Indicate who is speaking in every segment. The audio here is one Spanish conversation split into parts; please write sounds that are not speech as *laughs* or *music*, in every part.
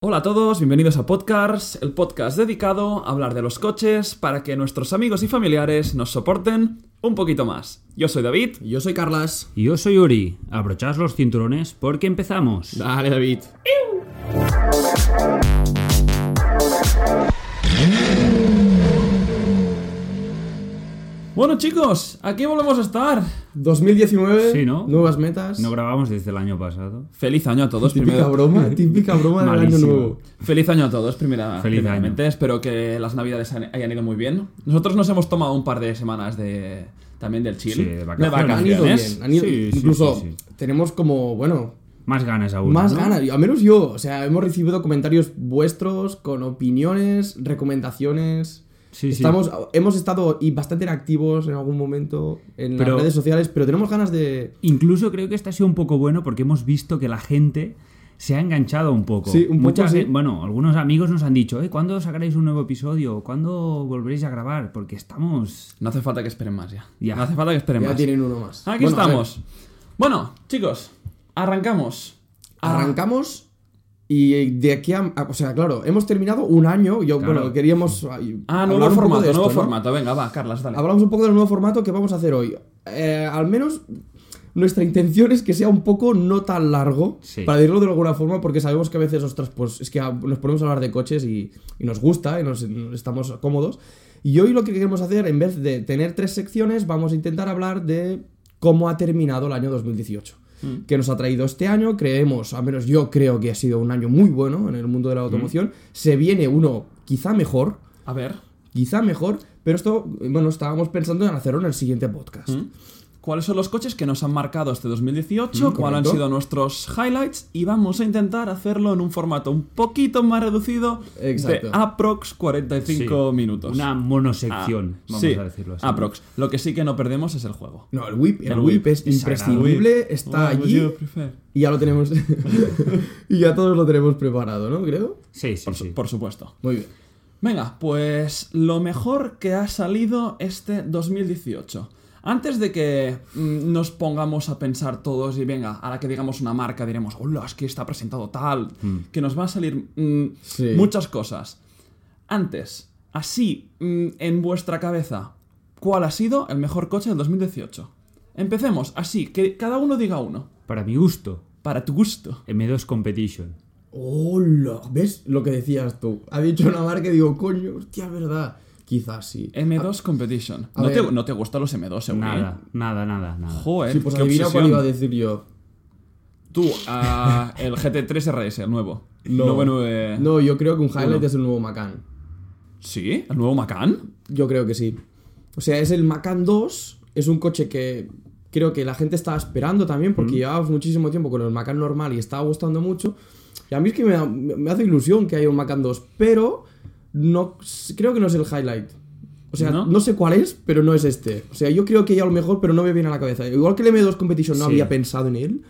Speaker 1: Hola a todos, bienvenidos a Podcast, el podcast dedicado a hablar de los coches para que nuestros amigos y familiares nos soporten un poquito más. Yo soy David.
Speaker 2: Yo soy Carlas.
Speaker 3: Yo soy Uri. Abrochaos los cinturones porque empezamos.
Speaker 2: Dale, David.
Speaker 1: Bueno chicos, aquí volvemos a estar.
Speaker 2: 2019,
Speaker 3: Sí, ¿no?
Speaker 2: nuevas metas.
Speaker 3: No grabamos desde el año pasado.
Speaker 1: Feliz año a todos,
Speaker 2: típica *laughs*
Speaker 1: primero.
Speaker 2: broma, típica broma del año
Speaker 3: Malísimo.
Speaker 2: nuevo.
Speaker 1: Feliz año a todos, primera,
Speaker 3: Feliz
Speaker 1: primeramente.
Speaker 3: año.
Speaker 1: Espero que las navidades han- hayan ido muy bien. Nosotros nos hemos tomado un par de semanas de también del chill.
Speaker 3: Sí, de vacaciones.
Speaker 2: Han ido bien, han ido-
Speaker 3: Sí, sí,
Speaker 2: incluso
Speaker 3: sí, sí.
Speaker 2: tenemos como, bueno,
Speaker 3: Más ganas aún.
Speaker 2: más
Speaker 3: ¿no?
Speaker 2: ganas, al menos yo, o sea, hemos recibido comentarios vuestros con opiniones, recomendaciones.
Speaker 3: Sí, sí.
Speaker 2: Estamos, hemos estado y bastante activos en algún momento en
Speaker 3: Pero-
Speaker 2: las redes sociales, pero tenemos ganas de
Speaker 3: Incluso creo que este ha sido un poco bueno porque hemos visto que la gente se ha enganchado un poco.
Speaker 2: Sí, un poco
Speaker 3: Mucha
Speaker 2: sí.
Speaker 3: gen- Bueno, algunos amigos nos han dicho, "Eh, ¿cuándo sacaréis un nuevo episodio? ¿Cuándo volveréis a grabar? Porque estamos...
Speaker 1: No hace falta que esperen más ya.
Speaker 3: Ya.
Speaker 1: No hace falta que esperen
Speaker 2: ya
Speaker 1: más.
Speaker 2: tienen uno más.
Speaker 1: Aquí
Speaker 2: Bueno, a ver,
Speaker 1: estamos. Bueno, chicos, arrancamos. Ah,
Speaker 2: Arrancamos y de aquí a, a- O sea, claro, hemos terminado un año. Yo,
Speaker 3: Claro.
Speaker 2: bueno, queríamos. ay,
Speaker 1: Ah,
Speaker 2: hablar
Speaker 1: nuevo
Speaker 2: un poco
Speaker 1: formato,
Speaker 2: de esto,
Speaker 1: nuevo
Speaker 2: ¿no?
Speaker 1: formato. Venga, va, Carlas, dale.
Speaker 2: Hablamos un poco del nuevo formato que vamos a hacer hoy. Eh, al menos nuestra intención es que sea un poco no tan largo,
Speaker 3: Sí.
Speaker 2: para decirlo de alguna forma, porque sabemos que a veces, ostras, pues es que a- nos ponemos a hablar de coches y, y nos gusta, y nos, estamos cómodos. Y hoy lo que queremos hacer, en vez de tener tres secciones, vamos a intentar hablar de cómo ha terminado el año 2018. Que nos ha traído este año, creemos, al menos yo creo que ha sido un año muy bueno en el mundo de la automoción. Se viene uno quizá mejor,
Speaker 1: A ver,
Speaker 2: quizá mejor, pero esto, eh, bueno, estábamos pensando en hacerlo en el siguiente podcast.
Speaker 1: ¿cuáles son los coches que nos han marcado este 2018?
Speaker 2: Mm,
Speaker 1: ¿Cuáles han
Speaker 2: correcto.
Speaker 1: sido nuestros highlights? Y vamos a intentar hacerlo en un formato un poquito más reducido
Speaker 2: Exacto.
Speaker 1: de aprox 45
Speaker 3: Sí.
Speaker 1: minutos.
Speaker 3: Una
Speaker 1: Ah,
Speaker 3: monosección, vamos
Speaker 1: sí, Ah,
Speaker 3: a decirlo así.
Speaker 1: Aprox. Lo que sí que no perdemos es el juego.
Speaker 2: No, el whip, el,
Speaker 3: El
Speaker 2: whip,
Speaker 3: whip
Speaker 2: es
Speaker 3: es
Speaker 2: imprescindible,
Speaker 1: Uy,
Speaker 2: está
Speaker 1: what would
Speaker 2: allí
Speaker 1: you prefer?
Speaker 2: y ya lo tenemos *laughs* y ya todos lo tenemos preparado, ¿no? Creo.
Speaker 3: Sí, sí,
Speaker 1: Por, su-
Speaker 3: sí.
Speaker 1: por supuesto.
Speaker 2: Muy bien.
Speaker 1: Venga, pues lo mejor que ha salido este 2018. Antes de que mm, nos pongamos a pensar todos y venga, a la que digamos una marca diremos, hola, es que está presentado tal, que nos va a salir mm,
Speaker 2: Hmm. Sí.
Speaker 1: muchas cosas. Antes, así, mm, en vuestra cabeza, ¿cuál ha sido el mejor coche del 2018? Empecemos así, que cada uno diga uno,
Speaker 3: Para mi gusto,
Speaker 1: para tu gusto.
Speaker 3: M2 Competition.
Speaker 2: Hola, ¿ves lo que decías tú? Ha dicho una marca y digo, coño, hostia, verdad. Quizás sí.
Speaker 1: M2 Competition.
Speaker 2: a
Speaker 1: ¿No te,
Speaker 2: ver.
Speaker 1: no te gustan los M2, seguro? ¿eh?
Speaker 3: Nada, nada, nada, nada.
Speaker 1: Joder,
Speaker 2: sí, pues
Speaker 1: qué
Speaker 2: adivina cuál
Speaker 1: obsesión.
Speaker 2: iba a decir yo.
Speaker 1: Tú, a el GT3 RS, el nuevo.
Speaker 2: No.
Speaker 1: Nuevo, eh, nueve-
Speaker 2: No, yo creo que un highlight es el nuevo Macan.
Speaker 1: ¿Sí? ¿El nuevo Macan?
Speaker 2: Yo creo que sí. O sea, es el Macan 2, es un coche que creo que la gente estaba esperando también, porque llevábamos muchísimo tiempo con el Macan normal y estaba gustando mucho. Y a mí es que me, da- me hace ilusión que haya un Macan 2, pero no creo que no es el highlight. O sea,
Speaker 1: ¿No?
Speaker 2: ¿No? sé cuál es, pero no es este. O sea, yo creo que hay algo mejor, pero no me viene a la cabeza. Igual que el M2 Competition no
Speaker 3: Sí.
Speaker 2: había pensado en él,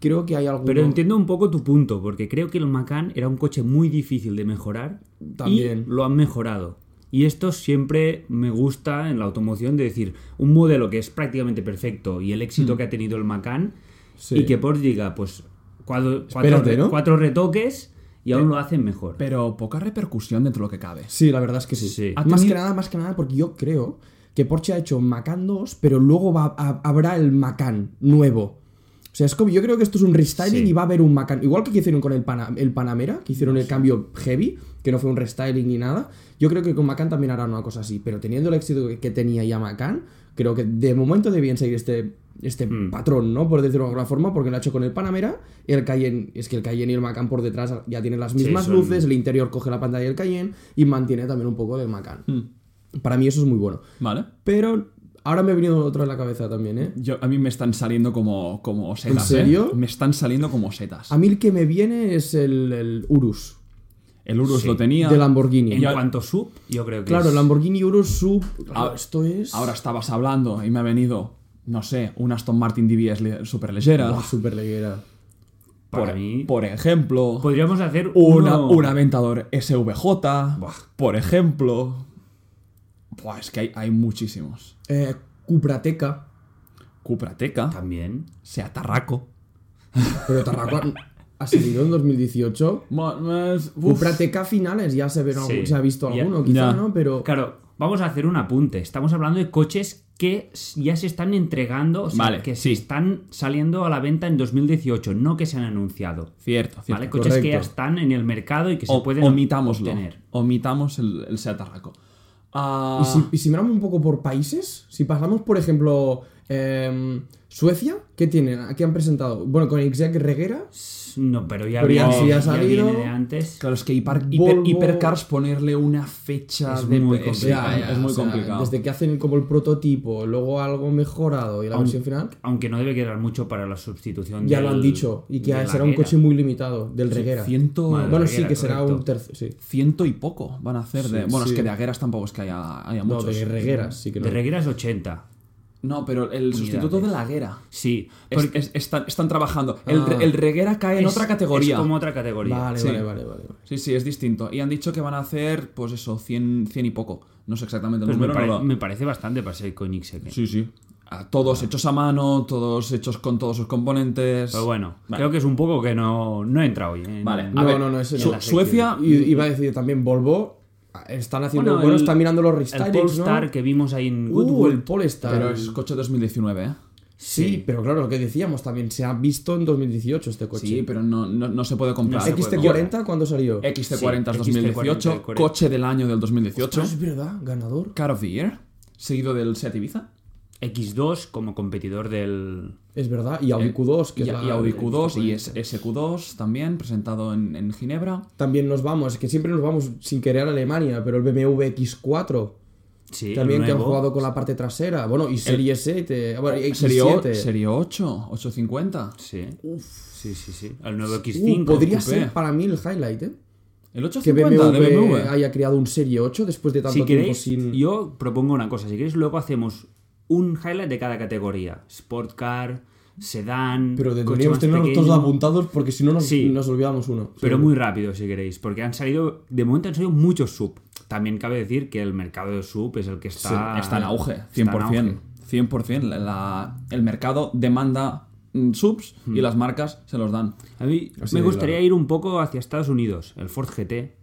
Speaker 2: creo que hay algo.
Speaker 3: Pero entiendo un poco tu punto, porque creo que el Macan era un coche muy difícil de mejorar
Speaker 2: También.
Speaker 3: y lo han mejorado. Y esto siempre me gusta en la automoción de decir, un modelo que es prácticamente perfecto y el éxito que ha tenido el Macan
Speaker 2: Sí.
Speaker 3: y que Porsche diga, pues cuadro- cuatro,
Speaker 2: Espérate,
Speaker 3: re-
Speaker 2: ¿no?
Speaker 3: cuatro retoques y aún lo hacen mejor.
Speaker 1: Pero poca repercusión dentro de lo que cabe.
Speaker 2: Sí, la verdad es que sí.
Speaker 3: Sí.
Speaker 1: Ha
Speaker 2: Más que
Speaker 1: tenido-
Speaker 2: nada, más que nada, porque yo creo que Porsche ha hecho Macan 2, pero luego va a- habrá el Macan nuevo. O sea, es como, yo creo que esto es un restyling
Speaker 3: Sí.
Speaker 2: y va a haber un Macan. Igual que hicieron con el, Pana- el Panamera, que hicieron el cambio heavy, que no fue un restyling ni nada. Yo creo que con Macan también harán una cosa así, pero teniendo el éxito que, que tenía ya Macan, creo que de momento debían seguir este, este
Speaker 3: Hmm.
Speaker 2: patrón, ¿no? Por decirlo de alguna forma, porque lo ha hecho con el Panamera, el Cayenne, es que el Cayenne y el Macan por detrás ya tienen las mismas
Speaker 3: son-
Speaker 2: luces, el interior coge la pantalla del Cayenne y mantiene también un poco del Macan.
Speaker 1: Hmm.
Speaker 2: Para mí eso es muy bueno.
Speaker 1: ¿Vale?
Speaker 2: Pero ahora me ha venido otro en la cabeza también, ¿eh?
Speaker 1: Yo, a mí me están saliendo como, como setas. ¿eh?
Speaker 2: serio?
Speaker 1: Me están saliendo como setas.
Speaker 2: A mí el que me viene es el, el Urus
Speaker 1: El Urus
Speaker 3: Sí.
Speaker 1: lo tenía.
Speaker 2: de Lamborghini.
Speaker 3: en
Speaker 1: ya-
Speaker 3: cuanto sub, yo creo que
Speaker 2: Claro,
Speaker 3: es-
Speaker 2: Lamborghini Urus Sub. Claro,
Speaker 1: Ah,
Speaker 2: esto es.
Speaker 1: Ahora estabas hablando y me ha venido, no sé, un Aston Martin DBS súper ligera.
Speaker 2: Super leguera.
Speaker 3: para
Speaker 1: por,
Speaker 3: mí.
Speaker 1: por ejemplo,
Speaker 3: Podríamos hacer
Speaker 1: una,
Speaker 3: uno-
Speaker 1: un Aventador SVJ.
Speaker 3: Buah.
Speaker 1: Por ejemplo. Buah, es que hay, hay muchísimos.
Speaker 2: Eh, Cuprateca.
Speaker 1: Cuprateca.
Speaker 3: también.
Speaker 1: Seat Tarraco.
Speaker 2: Pero Tarragona. ha salido en 2018.
Speaker 1: Bueno, es- uf.
Speaker 2: Uprateca finales, ya se, verá-
Speaker 3: Sí.
Speaker 2: se ha visto
Speaker 3: Ya-
Speaker 2: alguno, quizá,
Speaker 1: ya.
Speaker 2: ¿no? Pero
Speaker 3: Claro, vamos a hacer un apunte. Estamos hablando de coches que s- ya se están entregando, o sea,
Speaker 1: Vale,
Speaker 3: que
Speaker 1: sí.
Speaker 3: se están saliendo a la venta en 2018, no que se han anunciado.
Speaker 1: Cierto, cierto.
Speaker 3: ¿Vale? Coches que ya
Speaker 2: correcto.
Speaker 3: están en el mercado y que se
Speaker 1: O-
Speaker 3: pueden
Speaker 1: omitámoslo.
Speaker 3: obtener.
Speaker 1: Omitamos el, el Seat Arraco. Ah,
Speaker 2: ¿Y si, y si miramos un poco por países, si pasamos, por ejemplo, em, Suecia, ¿qué tienen? ¿A ¿Qué han presentado? Bueno, con Isaac Reguera,
Speaker 3: No, pero ya,
Speaker 2: Pero ya
Speaker 3: viene,
Speaker 2: sí ha
Speaker 3: ya
Speaker 2: salido.
Speaker 3: viene de antes.
Speaker 1: Claro, es que hiper, hiper-
Speaker 2: Volvo-
Speaker 1: hipercars ponerle una fecha
Speaker 3: Es
Speaker 1: de
Speaker 3: muy
Speaker 1: es-
Speaker 3: complicado.
Speaker 1: ya, ya, es muy
Speaker 2: o sea,
Speaker 1: complicado.
Speaker 2: Desde que hacen como el prototipo, luego algo mejorado y la
Speaker 3: Aunque-
Speaker 2: versión final,
Speaker 3: Aunque no debe quedar mucho para la sustitución
Speaker 2: ya lo
Speaker 3: del-
Speaker 2: han dicho. Y que
Speaker 3: de la
Speaker 2: será un
Speaker 3: Gera.
Speaker 2: coche muy limitado, del Reguera.
Speaker 1: Ciento,
Speaker 3: Madre.
Speaker 2: Bueno, sí,
Speaker 3: Reguera,
Speaker 2: que será
Speaker 3: correcto.
Speaker 2: un tercio. Sí.
Speaker 1: ciento y poco van a hacer de. Bueno, es
Speaker 2: sí.
Speaker 1: que de agueras tampoco es que haya, haya
Speaker 2: No,
Speaker 1: muchos.
Speaker 2: de Regueras, sí que no.
Speaker 3: De Regueras 80.
Speaker 1: No, pero el sustituto de la guerra.
Speaker 3: Sí,
Speaker 1: Es-
Speaker 3: porque
Speaker 1: es- están, están trabajando. El,
Speaker 2: Ah.
Speaker 1: el reguera cae en
Speaker 3: es-
Speaker 1: otra categoría.
Speaker 3: Es como otra categoría.
Speaker 2: Vale,
Speaker 1: Sí.
Speaker 2: vale, vale, vale. vale.
Speaker 1: Sí, sí, es distinto. Y han dicho que van a hacer, pues eso, 100, 100 y poco. No sé exactamente el
Speaker 3: Pues me,
Speaker 1: número.
Speaker 3: pare-
Speaker 1: no lo-
Speaker 3: me parece bastante para ser ¿eh? con Ixe.
Speaker 1: Sí, sí. A todos hechos a mano, todos hechos con todos sus componentes.
Speaker 2: Pues,
Speaker 3: Pero bueno,
Speaker 1: Vale.
Speaker 3: creo que es un poco que no, no entra hoy. ¿eh?
Speaker 1: Vale.
Speaker 2: No,
Speaker 1: a ver,
Speaker 2: no, no, ese no.
Speaker 1: Su-
Speaker 3: la sección.
Speaker 1: Suecia.
Speaker 2: Y iba a decir también Volvo. Están haciendo. Bueno,
Speaker 3: el-
Speaker 2: están mirando los
Speaker 3: El
Speaker 2: restarings,
Speaker 3: Polestar
Speaker 2: ¿no?
Speaker 3: que vimos ahí en
Speaker 2: Uh,
Speaker 3: Goodwood.
Speaker 2: el Polestar.
Speaker 1: Pero es coche 2019, ¿eh?
Speaker 2: Sí, pero claro, lo que decíamos también, se ha visto en 2018 este coche.
Speaker 1: Sí, pero no, no, no se puede comprar.
Speaker 3: No se puede
Speaker 2: XT40, ¿cuándo salió?
Speaker 1: XT40 es
Speaker 3: Sí,
Speaker 1: 2018,
Speaker 3: XT40.
Speaker 1: coche del año del 2018,
Speaker 2: Ostras, es verdad, ganador.
Speaker 1: Car of the Year, seguido del Seat Ibiza
Speaker 3: X2 como competidor del.
Speaker 2: Es verdad, y
Speaker 3: Eh,
Speaker 2: Audi Q2, que
Speaker 1: y,
Speaker 2: es la-
Speaker 1: y Audi
Speaker 2: el-
Speaker 1: Q2 y S- SQ2 también, presentado en, en Ginebra.
Speaker 2: También nos vamos, es que siempre nos vamos sin querer a Alemania, pero el BMW X4
Speaker 3: Sí,
Speaker 2: también
Speaker 3: el
Speaker 2: que han
Speaker 3: nuevo.
Speaker 2: jugado con la parte trasera. Bueno, y Serie 7, bueno, y
Speaker 1: Serie, o-
Speaker 2: X7.
Speaker 1: serie 8, 850.
Speaker 3: Sí. Sí, sí, sí. El nuevo
Speaker 2: Uh,
Speaker 3: X5.
Speaker 2: podría
Speaker 1: coupé.
Speaker 2: ser para mí el highlight, ¿eh?
Speaker 1: El
Speaker 2: Que
Speaker 1: 850
Speaker 2: BMW,
Speaker 1: de BMW.
Speaker 2: haya creado un Serie 8 después de tanto
Speaker 3: Si
Speaker 2: tiempo
Speaker 3: queréis,
Speaker 2: sin...
Speaker 3: yo propongo una cosa. Si queréis, luego hacemos un highlight de cada categoría: Sportcar, Sedán.
Speaker 2: Pero
Speaker 3: coche
Speaker 2: deberíamos
Speaker 3: más
Speaker 2: tener
Speaker 3: pequeño.
Speaker 2: todos apuntados porque si no nos,
Speaker 3: Sí.
Speaker 2: nos olvidamos uno.
Speaker 3: Pero muy rápido, si queréis, porque han salido, de momento han salido muchos sub. También cabe decir que el mercado de sub es el que está,
Speaker 1: Sí, está en auge,
Speaker 3: está en
Speaker 1: 100%.
Speaker 3: auge.
Speaker 1: 100%. la- la- el mercado demanda mm, subs
Speaker 3: Hmm.
Speaker 1: y las marcas se los dan.
Speaker 3: A mí
Speaker 2: Así
Speaker 3: me
Speaker 2: de
Speaker 3: gustaría
Speaker 2: claro.
Speaker 3: ir un poco hacia Estados Unidos, el Ford GT.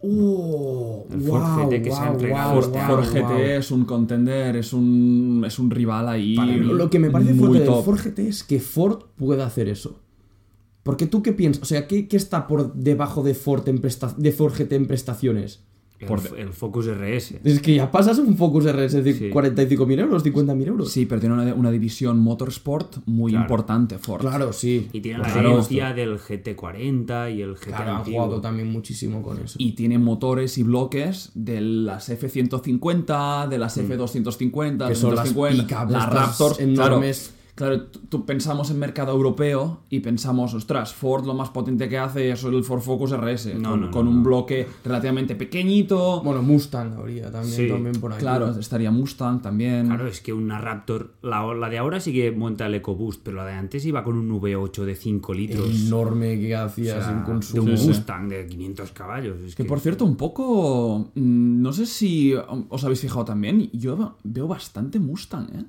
Speaker 2: ¡Oh!
Speaker 3: El Ford
Speaker 2: wow,
Speaker 3: GT que se ha
Speaker 2: wow,
Speaker 3: entregado
Speaker 2: wow,
Speaker 1: Ford,
Speaker 3: este
Speaker 2: wow,
Speaker 1: Ford
Speaker 2: wow.
Speaker 1: GT es un contender, es un, es un rival ahí.
Speaker 2: Lo- Lo que me parece
Speaker 1: muy
Speaker 2: fuerte del
Speaker 1: top.
Speaker 2: Ford GT es que Ford pueda hacer eso. Porque tú qué piensas, o sea, ¿qué, qué está por debajo de Ford, en presta- de Ford GT en prestaciones?
Speaker 3: El,
Speaker 1: Por-
Speaker 3: F- el Focus RS.
Speaker 2: Es que ya pasas un Focus RS de
Speaker 3: Sí.
Speaker 2: 45.000 euros, 50.000 euros.
Speaker 1: Sí, pero tiene una, una división motorsport muy
Speaker 3: Claro.
Speaker 1: importante, Ford.
Speaker 2: Claro, sí.
Speaker 3: Y tiene
Speaker 1: Claro,
Speaker 3: la herencia del GT40 y el GT
Speaker 2: Claro, han
Speaker 3: antiguo.
Speaker 2: jugado también muchísimo con eso.
Speaker 1: Y tiene motores y bloques de las F-150, de las F-250,
Speaker 2: Mm. Que son las
Speaker 1: 250,
Speaker 2: pick-up
Speaker 1: las
Speaker 2: estas
Speaker 1: Raptors.
Speaker 2: enormes.
Speaker 1: Claro, claro tú- tú pensamos en mercado europeo y pensamos, ostras, Ford lo más potente que hace es el Ford Focus RS,
Speaker 3: No,
Speaker 1: con,
Speaker 3: no, no,
Speaker 1: con un
Speaker 3: no.
Speaker 1: bloque relativamente pequeñito.
Speaker 2: Bueno, Mustang habría también,
Speaker 3: Sí.
Speaker 2: también por aquí.
Speaker 1: claro, estaría Mustang también.
Speaker 3: Claro, es que una Raptor, la, la de ahora sí que monta el EcoBoost, pero la de antes iba con un V8 de 5 litros.
Speaker 2: Enorme que
Speaker 3: O
Speaker 2: hacía
Speaker 3: sea,
Speaker 2: sin
Speaker 3: de un
Speaker 2: consumo.
Speaker 3: Mustang de 500 caballos. Es
Speaker 1: Que
Speaker 3: que,
Speaker 1: por cierto, un poco. mm, No sé si um, os habéis fijado también. Yo veo bastante Mustang, ¿eh?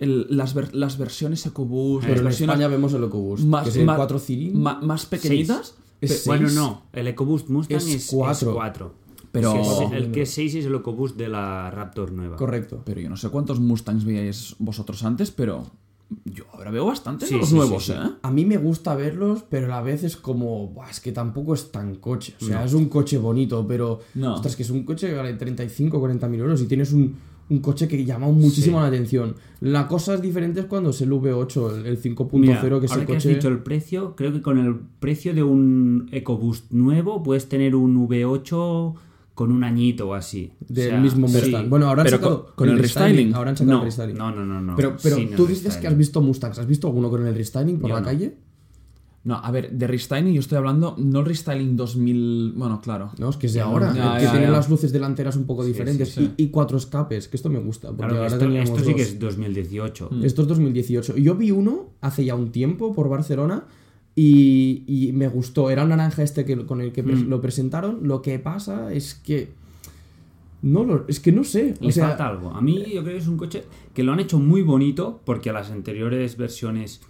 Speaker 1: El- las, ver- las versiones EcoBoost,
Speaker 2: Pero
Speaker 1: las
Speaker 2: en
Speaker 1: versiones
Speaker 2: España vemos el EcoBoost,
Speaker 1: más,
Speaker 2: que es el
Speaker 1: más-
Speaker 2: 4 cilindros.
Speaker 1: ma- más pequeñitas.
Speaker 2: Es
Speaker 1: pe-
Speaker 2: seis.
Speaker 3: Bueno, no, el EcoBoost Mustang
Speaker 2: Es
Speaker 3: es, es
Speaker 2: cuatro.
Speaker 3: cuatro.
Speaker 1: Pero-
Speaker 3: Sí, es- el que es 6 es el EcoBoost de la Raptor nueva.
Speaker 2: Correcto.
Speaker 1: Pero yo no sé cuántos Mustangs veíais vosotros antes, pero yo ahora veo bastante
Speaker 3: Sí,
Speaker 1: los
Speaker 3: sí,
Speaker 1: nuevos,
Speaker 3: sí, sí.
Speaker 1: ¿eh?
Speaker 2: A mí me gusta verlos, pero a la vez es como, "Buah, es que tampoco es tan coche. O sea, es un coche bonito, pero.
Speaker 1: No.
Speaker 2: Ostras, que es un coche que vale 35, 40 mil euros y tienes un, un coche que llama muchísimo la atención. La cosa es diferente cuando es el V8, el, el 5.0,
Speaker 3: Mira,
Speaker 2: que es
Speaker 3: ahora
Speaker 2: el
Speaker 3: que has
Speaker 2: coche.
Speaker 3: dicho el precio, creo que con el precio de un EcoBoost nuevo puedes tener un V8 con un añito o así. O
Speaker 2: Del
Speaker 3: sea,
Speaker 2: mismo Mustang.
Speaker 3: sí.
Speaker 2: Bueno, ahora han
Speaker 1: Pero
Speaker 2: sacado
Speaker 1: con- con el restyling.
Speaker 2: Ahora han sacado
Speaker 3: no,
Speaker 2: el restyling.
Speaker 3: no, no, no, no.
Speaker 2: Pero, pero
Speaker 3: Sí, no,
Speaker 2: tú
Speaker 3: el
Speaker 2: dices que
Speaker 3: restyling.
Speaker 2: has visto Mustangs. ¿Has visto alguno con el restyling por
Speaker 3: Yo
Speaker 2: la
Speaker 3: no.
Speaker 2: calle?
Speaker 1: No, a ver, de restyling yo estoy hablando, no el restyling 2000. Bueno, claro.
Speaker 2: No, es que es de ahora.
Speaker 1: ya,
Speaker 2: el que
Speaker 1: ya,
Speaker 2: tiene
Speaker 1: ya.
Speaker 2: las luces delanteras un poco diferentes.
Speaker 1: sí, sí.
Speaker 2: Y, y cuatro escapes, que esto me gusta. Porque
Speaker 3: Claro,
Speaker 2: ahora
Speaker 3: esto,
Speaker 2: teníamos
Speaker 3: esto sí que
Speaker 2: dos. Mm.
Speaker 3: es 2018.
Speaker 2: Esto es 2018. Yo vi uno hace ya un tiempo por Barcelona y, y me gustó. Era un naranja este que, con el que pre-
Speaker 3: Mm.
Speaker 2: lo presentaron. Lo que pasa es que. No lo. Es que no sé. O
Speaker 3: Le
Speaker 2: sea,
Speaker 3: falta algo. A mí yo creo que es un coche que lo han hecho muy bonito porque las anteriores versiones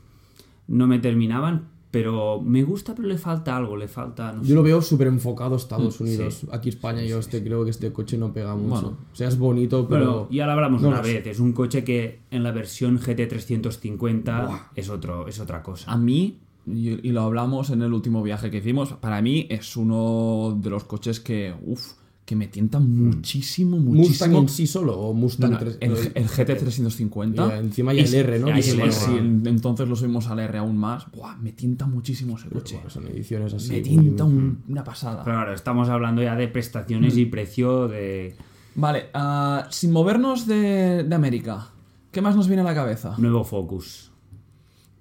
Speaker 3: no me terminaban, Pero me gusta, pero le falta algo, le falta. No
Speaker 2: Yo
Speaker 3: sé.
Speaker 2: lo veo súper enfocado a Estados
Speaker 3: Mm,
Speaker 2: Unidos.
Speaker 3: sí.
Speaker 2: Aquí España yo este creo que este coche no pega mucho.
Speaker 1: Bueno.
Speaker 2: o sea, es bonito, pero...
Speaker 3: Bueno, ya lo hablamos
Speaker 2: no
Speaker 3: una
Speaker 2: lo sé.
Speaker 3: vez. Es un coche que en la versión GT350 es, otro, es otra cosa.
Speaker 1: A mí, y, y lo hablamos en el último viaje que hicimos, para mí es uno de los coches que, uff, que me tienta muchísimo,
Speaker 2: Mustang
Speaker 1: muchísimo.
Speaker 2: en sí solo o Mustang...
Speaker 1: No, no,
Speaker 2: tres-
Speaker 1: el,
Speaker 2: lo-
Speaker 1: el GT350.
Speaker 2: Ya, encima ya
Speaker 1: Y
Speaker 2: el
Speaker 1: si-
Speaker 2: R, ¿no?
Speaker 1: y
Speaker 3: Ya
Speaker 1: si-
Speaker 3: el
Speaker 1: y
Speaker 3: R.
Speaker 1: si en- entonces lo subimos al R aún más. Buah, me tienta muchísimo ese coche.
Speaker 2: Bueno, son ediciones así.
Speaker 1: me
Speaker 2: muy
Speaker 1: tienta
Speaker 2: limitadas.
Speaker 1: un- una pasada.
Speaker 3: Claro, estamos hablando ya de prestaciones
Speaker 2: Mm.
Speaker 3: y precio de
Speaker 1: Vale, ah, sin movernos de, de América, ¿qué más nos viene a la cabeza?
Speaker 3: nuevo Focus.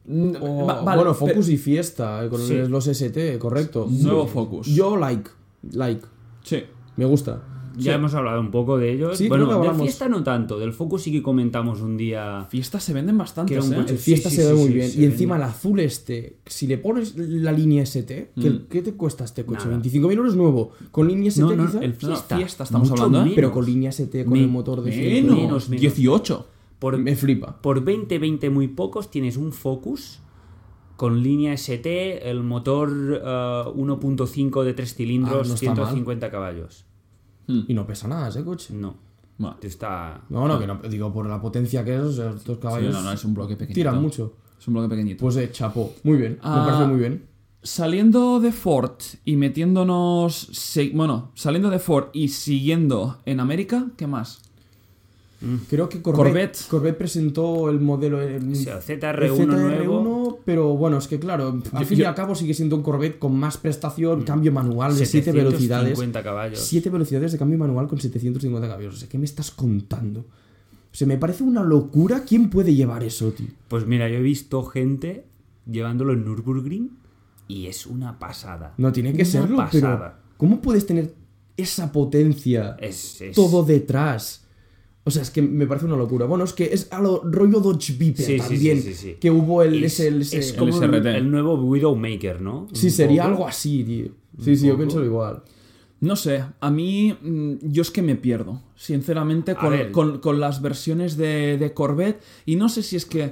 Speaker 1: Mm,
Speaker 2: O-
Speaker 1: va- vale, pero-
Speaker 2: bueno, Focus y Fiesta, eh, con
Speaker 3: Sí.
Speaker 2: los ST, correcto.
Speaker 1: Nuevo
Speaker 2: Sí.
Speaker 1: Focus.
Speaker 2: Yo like, like,
Speaker 1: Sí.
Speaker 2: me gusta.
Speaker 3: Ya hemos hablado un poco de ello.
Speaker 2: Sí,
Speaker 3: bueno,
Speaker 2: creo que
Speaker 3: de
Speaker 2: hablamos.
Speaker 3: fiesta no tanto, del Focus sí que comentamos un día.
Speaker 1: Fiestas se venden ¿eh? bastante.
Speaker 3: Quiero un coche.
Speaker 2: El Fiesta
Speaker 3: Sí,
Speaker 2: se
Speaker 3: sí,
Speaker 2: ve
Speaker 3: sí,
Speaker 2: muy
Speaker 3: sí,
Speaker 2: bien.
Speaker 3: se
Speaker 2: Y
Speaker 3: ve
Speaker 2: encima
Speaker 3: bien.
Speaker 2: el azul este, si le pones la línea ST, ¿qué, qué te cuesta este coche?
Speaker 3: Nada.
Speaker 2: 25.000 euros nuevo. Con línea ST
Speaker 3: No, no,
Speaker 2: quizá?
Speaker 3: el
Speaker 1: No,
Speaker 3: Fiesta.
Speaker 1: Fiesta estamos
Speaker 3: Mucho
Speaker 1: hablando, ¿eh?
Speaker 2: pero con línea ST, con
Speaker 3: Me-
Speaker 2: el motor de
Speaker 1: Menos,
Speaker 2: 100.
Speaker 3: Menos, menos.
Speaker 1: 18.
Speaker 3: Por,
Speaker 2: Me flipa.
Speaker 3: por 20, 20 muy pocos tienes un Focus con línea ST, el motor eh, 1.5 de 3 cilindros,
Speaker 2: Ah, no está mal.
Speaker 3: 150 caballos. Hmm.
Speaker 2: Y no pesa nada ese coche.
Speaker 3: No,
Speaker 1: Bueno,
Speaker 3: está...
Speaker 2: No, no, que no, digo, por la potencia que es, o sea, estos caballos
Speaker 1: no, no, es un bloque pequeñito.
Speaker 2: tiran mucho.
Speaker 1: Es un bloque pequeñito.
Speaker 2: Pues eh, chapó. Muy bien,
Speaker 1: Ah.
Speaker 2: me parece muy bien.
Speaker 1: Saliendo de Ford y metiéndonos. se- Bueno, saliendo de Ford y siguiendo en América, ¿qué más?
Speaker 2: Creo que Corvette,
Speaker 1: Corvette.
Speaker 2: Corvette. presentó el modelo el,
Speaker 3: O sea, ZR1
Speaker 2: el ZR1,
Speaker 3: nuevo.
Speaker 2: pero bueno, es que claro, al fin y al cabo sigue siendo un Corvette con más prestación, cambio manual de 7 velocidades.
Speaker 3: 750 Mm. caballos.
Speaker 2: 7 velocidades de cambio manual con 750 caballos. O sea, ¿qué me estás contando? O sea, me parece una locura. ¿Quién puede llevar eso, tío?
Speaker 3: Pues mira, yo he visto gente llevándolo en Nürburgring y es una pasada.
Speaker 2: No tiene que
Speaker 3: Una
Speaker 2: serlo,
Speaker 3: pasada.
Speaker 2: pero ¿cómo puedes tener esa potencia?
Speaker 3: Es, es-
Speaker 2: todo detrás. O sea, es que me parece una locura. Bueno, es que es a lo rollo Dodge Viper
Speaker 3: Sí, sí,
Speaker 2: también.
Speaker 3: sí, sí, sí.
Speaker 2: Que hubo el.
Speaker 3: es,
Speaker 2: ese- el-
Speaker 3: es
Speaker 2: ese-
Speaker 3: como el,
Speaker 1: SRT.
Speaker 3: el nuevo Widowmaker, ¿no?
Speaker 2: sí,
Speaker 3: Un
Speaker 2: sería
Speaker 3: poco.
Speaker 2: algo así, tío. Sí, sí, yo pienso igual.
Speaker 1: No sé, a mí. mm, Yo es que me pierdo, sinceramente,
Speaker 3: A
Speaker 1: con,
Speaker 3: ver.
Speaker 1: con- con las versiones de, de Corvette. Y no sé si es que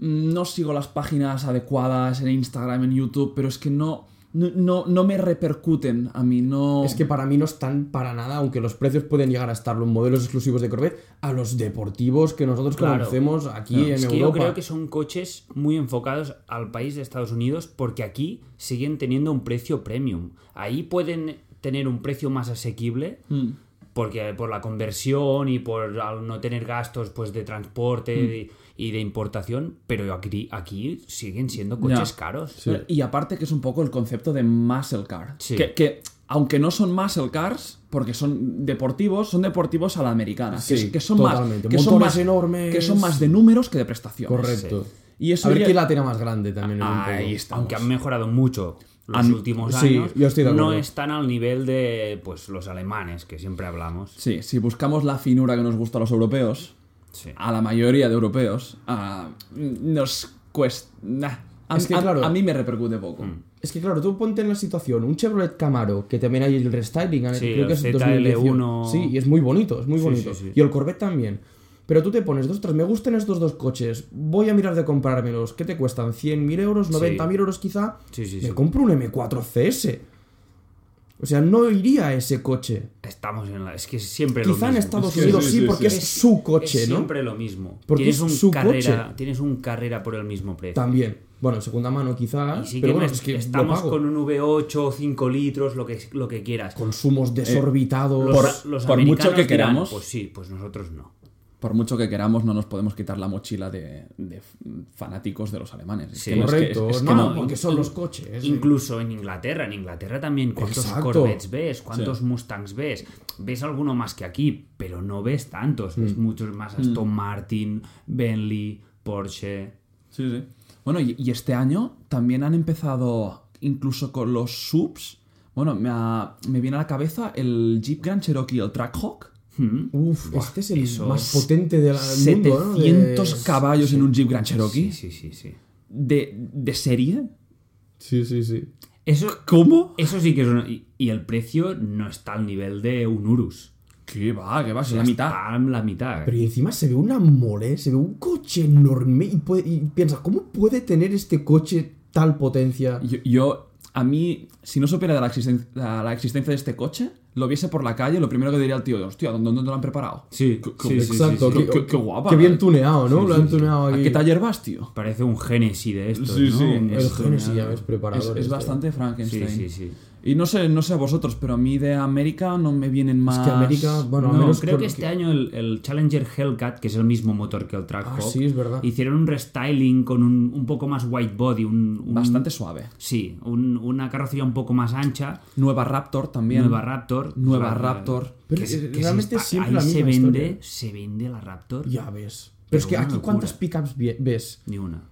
Speaker 1: mm, no sigo las páginas adecuadas en Instagram, en YouTube, pero es que no. No, no, no me repercuten a mí, no.
Speaker 2: Es que para mí no están para nada, aunque los precios pueden llegar a estar los modelos exclusivos de Corvette, a los deportivos que nosotros
Speaker 3: Claro.
Speaker 2: conocemos aquí en
Speaker 3: Es que yo
Speaker 2: Europa.
Speaker 3: creo que son coches muy enfocados al país de Estados Unidos porque aquí siguen teniendo un precio premium. Ahí pueden tener un precio más asequible
Speaker 1: Mm.
Speaker 3: porque por la conversión y por al no tener gastos pues de transporte
Speaker 2: Mm.
Speaker 3: de- y de importación, pero aquí, aquí siguen siendo coches
Speaker 1: Ya.
Speaker 3: caros.
Speaker 1: Bueno, Y aparte que es un poco el concepto de muscle car.
Speaker 3: Sí.
Speaker 1: Que, que, aunque no son muscle cars, porque son deportivos, son deportivos a la americana. que
Speaker 2: Sí,
Speaker 1: es- que, son más,
Speaker 2: totalmente.
Speaker 1: que son
Speaker 2: Motores
Speaker 1: más
Speaker 2: enormes.
Speaker 1: Que son más de números que de prestaciones.
Speaker 2: Correcto.
Speaker 1: Y eso
Speaker 2: a ver
Speaker 1: ya-
Speaker 2: quién la tiene más grande también. es un
Speaker 3: Ahí
Speaker 2: poco.
Speaker 3: estamos. Aunque han mejorado mucho los
Speaker 1: Han-
Speaker 3: últimos
Speaker 2: sí,
Speaker 3: años,
Speaker 2: yo estoy de
Speaker 3: no
Speaker 2: acuerdo.
Speaker 3: están al nivel de pues los alemanes que siempre hablamos.
Speaker 1: Sí, si buscamos la finura que nos gusta a los europeos,
Speaker 3: Sí.
Speaker 1: a la mayoría de europeos, ah, nos cuesta... nah, a,
Speaker 2: Es que,
Speaker 1: a-
Speaker 2: claro. Mm.
Speaker 1: a mí me repercute poco.
Speaker 2: Es que claro, tú ponte en la situación, un Chevrolet Camaro, que también hay el restyling, ¿eh?
Speaker 3: Sí,
Speaker 2: creo que
Speaker 3: el
Speaker 2: es 2018.
Speaker 3: ZL1.
Speaker 2: Sí, y es muy bonito, es muy
Speaker 3: Sí,
Speaker 2: bonito.
Speaker 3: sí, sí.
Speaker 2: Y el Corvette también. Pero tú te pones, ostras, me gustan estos dos coches, voy a mirar de comprármelos, ¿qué te cuestan? ¿100.000 euros? ¿90.000 euros quizá?
Speaker 3: Sí, sí,
Speaker 2: me
Speaker 3: sí.
Speaker 2: compro un M4 CS. O sea, no iría a ese coche.
Speaker 3: Estamos en la. Es que es siempre lo
Speaker 2: quizá en
Speaker 3: mismo.
Speaker 2: Estados
Speaker 1: Es que
Speaker 2: Unidos
Speaker 1: sí,
Speaker 2: sí,
Speaker 1: sí,
Speaker 2: porque
Speaker 1: sí.
Speaker 2: es su coche,
Speaker 3: es
Speaker 2: ¿no?
Speaker 3: siempre lo mismo.
Speaker 2: Porque
Speaker 3: tienes
Speaker 2: es
Speaker 3: un
Speaker 2: su
Speaker 3: carrera,
Speaker 2: coche.
Speaker 3: tienes un carrera por el mismo precio.
Speaker 2: También. Bueno, segunda mano quizá,
Speaker 3: Y sí que
Speaker 2: pero bueno,
Speaker 3: me-
Speaker 2: es que lo
Speaker 3: estamos
Speaker 2: pago.
Speaker 3: con un V8, 5 litros, lo que, lo que quieras.
Speaker 2: consumos desorbitados.
Speaker 3: Eh, Los-
Speaker 1: por-
Speaker 3: los
Speaker 1: por mucho
Speaker 3: americanos
Speaker 1: que
Speaker 3: dirán,
Speaker 1: queramos.
Speaker 3: pues sí, pues nosotros no.
Speaker 1: Por mucho que queramos, no nos podemos quitar la mochila de, de fanáticos de los alemanes. Es
Speaker 3: Sí.
Speaker 1: que no- es que-
Speaker 2: Correcto,
Speaker 1: es que
Speaker 2: no,
Speaker 1: no-
Speaker 2: porque son los coches.
Speaker 3: Incluso en Inglaterra, en Inglaterra también, ¿cuántos
Speaker 2: Exacto.
Speaker 3: Corvettes ves? ¿Cuántos Mustangs ves? Ves alguno más que aquí, pero no ves tantos.
Speaker 2: Mm.
Speaker 3: Ves muchos más Aston Martin, Bentley, Porsche.
Speaker 1: Sí, sí. Bueno, y, y este año también han empezado incluso con los subs. Bueno, me, ha- me viene a la cabeza el Jeep Grand Cherokee, el Trackhawk.
Speaker 3: Hmm.
Speaker 2: Uf, este es el
Speaker 3: eso
Speaker 2: más
Speaker 1: es
Speaker 2: potente del mundo, ¿no?
Speaker 1: 700
Speaker 2: De-
Speaker 1: caballos en un Jeep Grand
Speaker 3: Sí,
Speaker 1: Cherokee.
Speaker 3: sí, sí, sí.
Speaker 1: De, de serie.
Speaker 2: Sí, sí, sí.
Speaker 3: Eso,
Speaker 1: ¿Cómo?
Speaker 3: Eso sí que es una... Y y el precio no está al nivel de un Urus.
Speaker 1: ¿Qué va? ¿Qué va? Si la mitad.
Speaker 3: Está en la mitad.
Speaker 2: Pero y encima se ve una mole, se ve un coche enorme y, puede- y piensas, ¿cómo puede tener este coche tal potencia.
Speaker 1: Yo, yo- a mí, si no supiera de la, existen- de la existencia de este coche, lo viese por la calle, lo primero que diría al tío, hostia, ¿dónde, dónde lo han preparado?
Speaker 3: Sí,
Speaker 1: Qué-
Speaker 3: sí,
Speaker 1: qué-
Speaker 3: sí,
Speaker 2: Exacto,
Speaker 3: sí, sí.
Speaker 1: qué- qué- qué guapa,
Speaker 2: Qué bien
Speaker 1: eh.
Speaker 2: tuneado, ¿no? Lo han tuneado
Speaker 1: ¿A
Speaker 2: aquí.
Speaker 1: qué taller vas, tío?
Speaker 3: Parece un génesis de esto.
Speaker 1: Sí,
Speaker 3: ¿no?
Speaker 1: sí.
Speaker 3: Un
Speaker 2: El Genesis ya
Speaker 3: estuneado.
Speaker 2: ves
Speaker 1: Es,
Speaker 2: preparador.
Speaker 1: es bastante
Speaker 3: Sí,
Speaker 1: Frankenstein.
Speaker 3: sí, sí.
Speaker 1: Y no sé, no sé a vosotros, pero a mí de América no me vienen más.
Speaker 2: América, bueno, a
Speaker 3: No,
Speaker 2: menos
Speaker 3: creo
Speaker 2: con-
Speaker 3: que este año el, el Challenger Hellcat, que es el mismo motor que el Trackhawk,
Speaker 2: Ah, sí, es verdad.
Speaker 3: hicieron un restyling con un, un poco más white body, un, un-
Speaker 1: Bastante
Speaker 2: mm.
Speaker 1: suave.
Speaker 3: sí, un- una carrocería un poco más ancha,
Speaker 1: Nueva Raptor también.
Speaker 3: nueva Raptor,
Speaker 1: Nueva
Speaker 3: o sea,
Speaker 1: Raptor.
Speaker 2: Pero
Speaker 3: que se- que se
Speaker 2: realmente
Speaker 3: está-
Speaker 2: siempre
Speaker 3: ahí
Speaker 2: la
Speaker 3: se
Speaker 2: misma
Speaker 3: vende,
Speaker 2: historia.
Speaker 3: se vende la Raptor,
Speaker 2: Ya ves. Pero es que
Speaker 3: Pero una
Speaker 2: aquí,
Speaker 3: locura.
Speaker 2: ¿cuántas pickups vie- ves?
Speaker 3: ni una,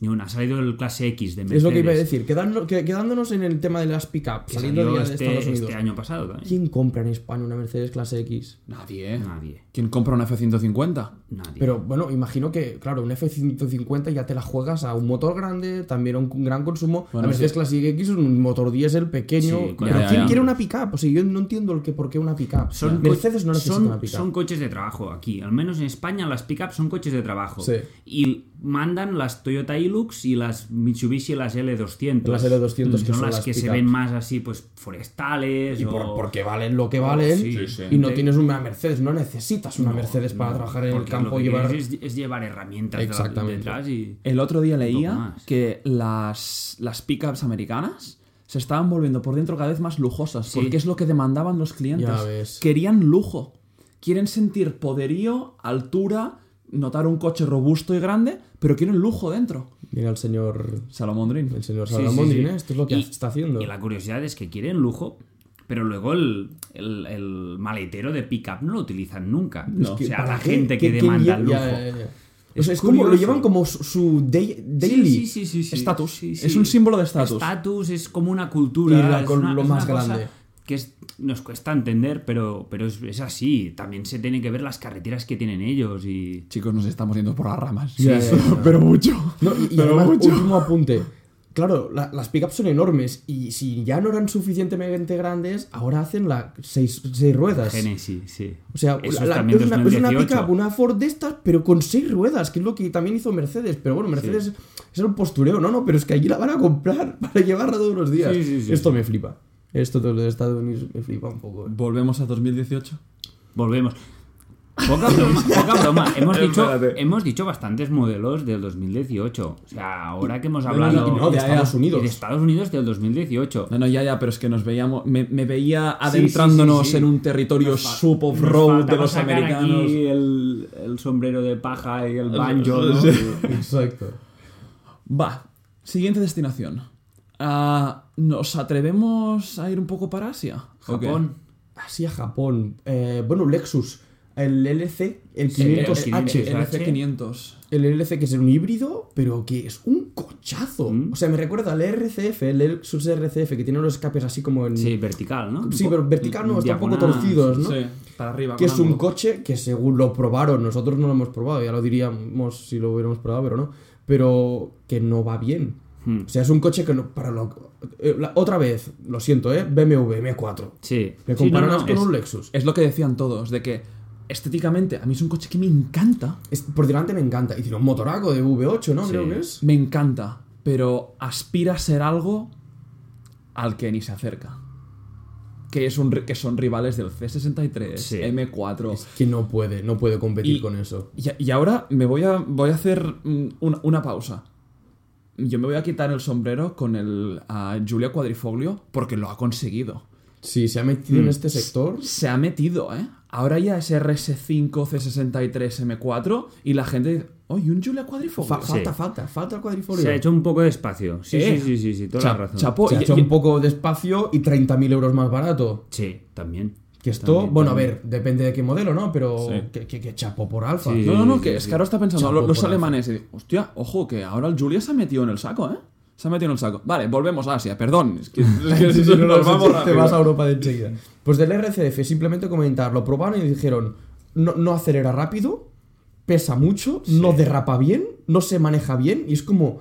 Speaker 3: ni una. Ha salido el clase X de Mercedes.
Speaker 2: Es lo que iba a decir. Quedando- que- quedándonos en el tema de las pickups,
Speaker 3: que
Speaker 2: saliendo
Speaker 3: salió
Speaker 2: ya de
Speaker 3: este,
Speaker 2: Estados Unidos.
Speaker 3: este año pasado también.
Speaker 2: ¿Quién compra en España una Mercedes clase X?
Speaker 1: Nadie. ¿eh?
Speaker 3: Nadie,
Speaker 1: ¿Quién compra una F-150?
Speaker 3: nadie.
Speaker 2: Pero bueno, imagino que, claro, un F-150 ya te la juegas a un motor grande, también a un gran consumo.
Speaker 1: Bueno,
Speaker 2: la Mercedes
Speaker 1: sí.
Speaker 2: Clase X es un motor diésel pequeño.
Speaker 3: Sí,
Speaker 2: pero
Speaker 3: claro,
Speaker 1: ya,
Speaker 2: ¿quién
Speaker 1: ya.
Speaker 2: quiere una pickup? O sea, yo no entiendo el que por qué una pickup.
Speaker 3: Son
Speaker 2: Mercedes
Speaker 3: co-
Speaker 2: no necesita
Speaker 3: son,
Speaker 2: una pickup.
Speaker 3: son coches de trabajo aquí. Al menos en España las pickups son coches de trabajo.
Speaker 2: Sí.
Speaker 3: Y mandan las Toyota Hilux y las Mitsubishi las L200.
Speaker 2: Las L200 que
Speaker 3: son,
Speaker 2: son
Speaker 3: las,
Speaker 2: las
Speaker 3: que se
Speaker 2: pickups.
Speaker 3: ven más así, pues forestales
Speaker 2: Y
Speaker 3: o...
Speaker 2: por- porque valen lo que valen.
Speaker 3: Sí, sí, sí.
Speaker 2: Y no
Speaker 3: De-
Speaker 2: tienes una Mercedes, no necesitas una
Speaker 3: No,
Speaker 2: Mercedes para
Speaker 3: no,
Speaker 2: trabajar en el
Speaker 3: porque lo
Speaker 2: campo
Speaker 3: que
Speaker 2: y llevar.
Speaker 3: quieres Es, es llevar herramientas de la-
Speaker 2: Exactamente.
Speaker 3: detrás y...
Speaker 1: El otro día leía
Speaker 3: más.
Speaker 1: que las, las pickups americanas se estaban volviendo por dentro cada vez más lujosas,
Speaker 3: Sí.
Speaker 1: porque es lo que demandaban los clientes.
Speaker 2: Ya ves.
Speaker 1: Querían lujo. Quieren sentir poderío, altura, notar un coche robusto y grande, pero quieren lujo dentro.
Speaker 2: Mira el señor.
Speaker 1: Salomondrín.
Speaker 2: El señor
Speaker 3: Sí, sí,
Speaker 2: Salamondrin,
Speaker 3: sí.
Speaker 2: ¿eh? Esto es lo que
Speaker 3: Y-
Speaker 2: está haciendo.
Speaker 3: Y la curiosidad es que quieren lujo, pero luego el, el- el maletero de pickup no lo utilizan nunca.
Speaker 2: Es
Speaker 3: o
Speaker 2: que,
Speaker 3: sea,
Speaker 2: ¿para
Speaker 3: la
Speaker 2: qué?
Speaker 3: gente que
Speaker 2: ¿Qué- quién
Speaker 3: demanda el lujo.
Speaker 2: lleva- ya, ya, ya. O sea, es como lo
Speaker 3: curioso.
Speaker 2: llevan como su, su day- daily.
Speaker 3: Sí, sí, sí, sí, sí.
Speaker 1: Estatus.
Speaker 3: Sí, sí.
Speaker 1: Es un símbolo de estatus.
Speaker 3: Estatus es como una cultura.
Speaker 2: Y la
Speaker 3: es
Speaker 2: col-
Speaker 3: una-
Speaker 2: lo
Speaker 3: es
Speaker 2: más
Speaker 3: una cosa
Speaker 2: grande.
Speaker 3: Que es- nos cuesta entender, pero, pero es, es así. También se tiene que ver las carreteras que tienen ellos y.
Speaker 1: Chicos, nos estamos yendo por las ramas.
Speaker 2: Ya, ya, ya.
Speaker 1: *laughs* pero mucho.
Speaker 2: No, y, y
Speaker 1: pero
Speaker 2: además,
Speaker 1: mucho.
Speaker 2: último apunte. Claro, la- las pickups son enormes y si ya no eran suficientemente grandes, ahora hacen la seis, seis ruedas.
Speaker 3: Genesis, sí.
Speaker 2: O sea,
Speaker 3: Eso
Speaker 2: la- la-
Speaker 3: también
Speaker 2: es, una, es una
Speaker 3: 2018.
Speaker 2: pickup, una Ford de estas, pero con seis ruedas, que es lo que también hizo Mercedes. Pero bueno, Mercedes es el postureo, no, no, pero es que allí la van a comprar *laughs* para llevarla todos los días.
Speaker 3: Sí, sí, sí.
Speaker 2: Esto me flipa. Esto de los Estados Unidos me flipa un poco. eh.
Speaker 1: Volvemos a 2018.
Speaker 3: Volvemos.
Speaker 2: *laughs*
Speaker 3: Poca broma, poca broma. Hemos dicho,
Speaker 1: Espérate.
Speaker 3: hemos dicho bastantes modelos del 2018. O sea, ahora que hemos
Speaker 1: no,
Speaker 3: hablado.
Speaker 2: Y no, de
Speaker 1: ya, ya.
Speaker 2: Estados
Speaker 3: y
Speaker 2: Unidos.
Speaker 3: de Estados Unidos del 2018.
Speaker 1: No, no, ya, ya, pero es que nos veíamos. Me, me veía adentrándonos
Speaker 3: sí, sí.
Speaker 1: en un territorio
Speaker 3: Nos fa-
Speaker 1: sub
Speaker 3: nos
Speaker 1: of road de
Speaker 3: faltaba
Speaker 1: los
Speaker 3: sacar
Speaker 1: americanos.
Speaker 3: aquí el, el sombrero de paja
Speaker 2: *laughs*
Speaker 3: y el banjo. ¿no?
Speaker 2: Exacto.
Speaker 1: Va, siguiente destinación. Ah, ¿Nos atrevemos a ir un poco para Asia? ¿O qué?
Speaker 3: Japón.
Speaker 2: Asia, Japón. Eh, bueno, Lexus. El LC, el
Speaker 3: Sí,
Speaker 1: Eh,
Speaker 2: 500H.
Speaker 3: el 500H.
Speaker 1: LC500.
Speaker 2: El LC que es un híbrido, pero que es un cochazo.
Speaker 3: Mm.
Speaker 2: O sea, me recuerda al RCF, el Lexus RCF, que tiene unos escapes así como en...
Speaker 3: Sí, vertical, ¿no?
Speaker 2: Sí, pero vertical no, está un poco
Speaker 3: Diagonal,
Speaker 2: torcidos, ¿no?
Speaker 1: Sí, para arriba.
Speaker 2: Que
Speaker 1: con
Speaker 2: es un
Speaker 1: ángulo.
Speaker 2: coche que según lo probaron, nosotros no lo hemos probado, ya lo diríamos si lo hubiéramos probado, pero no. Pero que no va bien.
Speaker 3: Hmm.
Speaker 2: O sea, es un coche que no... Para lo, eh, la- otra vez, lo siento, ¿eh? BMW M4.
Speaker 3: Sí.
Speaker 2: Me
Speaker 3: Sí, no,
Speaker 2: compararás
Speaker 3: no,
Speaker 2: con
Speaker 3: es-
Speaker 2: un Lexus.
Speaker 1: Es lo que decían todos, de que estéticamente a mí es un coche que me encanta.
Speaker 2: Es- por delante me encanta. Y tiene un motoraco de V8, ¿no?
Speaker 3: Sí.
Speaker 2: Creo que es.
Speaker 1: Me encanta, pero aspira a ser algo al que ni se acerca. Que, es un, ri- que son rivales del C63,
Speaker 3: Sí.
Speaker 1: M4,
Speaker 2: Que no puede, no puede competir
Speaker 1: Y-
Speaker 2: con eso.
Speaker 1: Y, y ahora me voy a, voy a hacer mm, una, una pausa. Yo me voy a quitar el sombrero con el a Giulia Quadrifoglio porque lo ha conseguido.
Speaker 2: Si se ha metido
Speaker 3: Hmm.
Speaker 2: en este sector,
Speaker 1: Se ha metido, ¿eh? Ahora ya es RS5, C63, M4 y la gente dice, oye, un Giulia Quadrifoglio.
Speaker 2: fa- falta, falta, falta el cuadrifolio.
Speaker 3: Se ha hecho un poco de espacio. Sí,
Speaker 1: Eh.
Speaker 3: sí, sí, sí, sí, toda
Speaker 1: Cha-
Speaker 3: la razón.
Speaker 1: chapo,
Speaker 2: Se ha
Speaker 1: y-
Speaker 2: hecho
Speaker 1: y-
Speaker 2: un poco de espacio y 30.000 euros más barato.
Speaker 3: Sí, también.
Speaker 2: Que esto,
Speaker 3: También,
Speaker 2: bueno,
Speaker 3: también.
Speaker 2: a ver, depende de qué modelo, ¿no? Pero
Speaker 1: Sí.
Speaker 2: que, que- que chapo por alfa.
Speaker 3: Sí.
Speaker 1: No, no, no, que
Speaker 3: sí,
Speaker 1: es
Speaker 3: sí.
Speaker 1: que ahora está pensando
Speaker 2: Chapo
Speaker 1: lo- los
Speaker 2: por Alfa.
Speaker 1: alemanes y digo, hostia, ojo, que ahora el Giulia se ha metido en el saco, ¿eh? Se ha metido en el saco. Vale, volvemos a Asia, perdón. Es que, es
Speaker 2: *laughs*
Speaker 1: que
Speaker 2: Sí, sí, no,
Speaker 1: nos
Speaker 2: no,
Speaker 1: vamos
Speaker 2: sí, te
Speaker 1: rápido.
Speaker 2: vas a Europa de enseguida. Pues del RCF, simplemente comentar, lo probaron y dijeron, no, no acelera rápido, pesa mucho, no derrapa bien, no se maneja bien, y es como,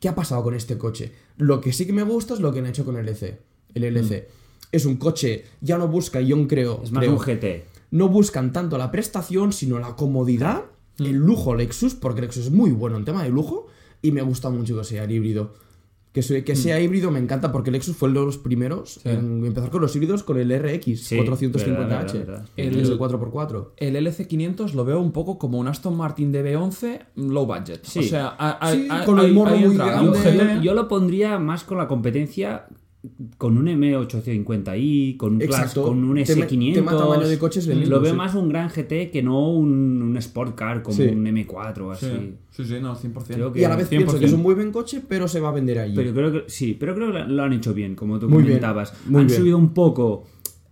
Speaker 2: ¿qué ha pasado con este coche? Lo que sí que me gusta es lo que han hecho con el LC. El LC es un coche, ya no busca, yo creo,
Speaker 3: Es más
Speaker 2: creo,
Speaker 3: un GT.
Speaker 2: no buscan tanto la prestación, sino la comodidad,
Speaker 3: Mm.
Speaker 2: el lujo Lexus, porque Lexus es muy bueno en tema de lujo, y me gusta mucho que sea el híbrido. Que, se-
Speaker 3: Mm.
Speaker 2: que sea híbrido me encanta porque Lexus fue uno de los primeros en empezar con los híbridos con el RX
Speaker 3: Sí,
Speaker 2: 450H.
Speaker 3: verdad, verdad,
Speaker 2: El,
Speaker 1: verdad.
Speaker 2: 4x4.
Speaker 1: *laughs* El LC500 lo veo un poco como un Aston Martin DB11 low budget.
Speaker 3: Sí.
Speaker 1: O sea, a- a-
Speaker 2: Sí,
Speaker 1: a-
Speaker 2: con el
Speaker 1: ahí-
Speaker 2: morro
Speaker 1: ahí
Speaker 2: muy
Speaker 1: entra
Speaker 2: grande.
Speaker 1: un GT.
Speaker 3: Yo, yo lo pondría más con la competencia con un M850i, con un, Class-
Speaker 2: Exacto.
Speaker 3: con un
Speaker 2: Tema-
Speaker 3: S500.
Speaker 2: tema tamaño de coche es el mismo,
Speaker 3: Lo veo
Speaker 2: sí.
Speaker 3: más un gran GT que no un, un Sport Car como
Speaker 2: Sí.
Speaker 3: un M4 o así.
Speaker 1: Sí, sí, sí, no, 100%.
Speaker 3: Creo que-
Speaker 2: Y a la vez pienso
Speaker 1: 100%.
Speaker 2: que es un muy buen coche, pero se va a vender allí.
Speaker 3: Pero creo que sí, pero creo que lo han hecho bien, como tú
Speaker 2: Muy bien,
Speaker 3: comentabas.
Speaker 2: muy
Speaker 3: han
Speaker 2: bien.
Speaker 3: subido un poco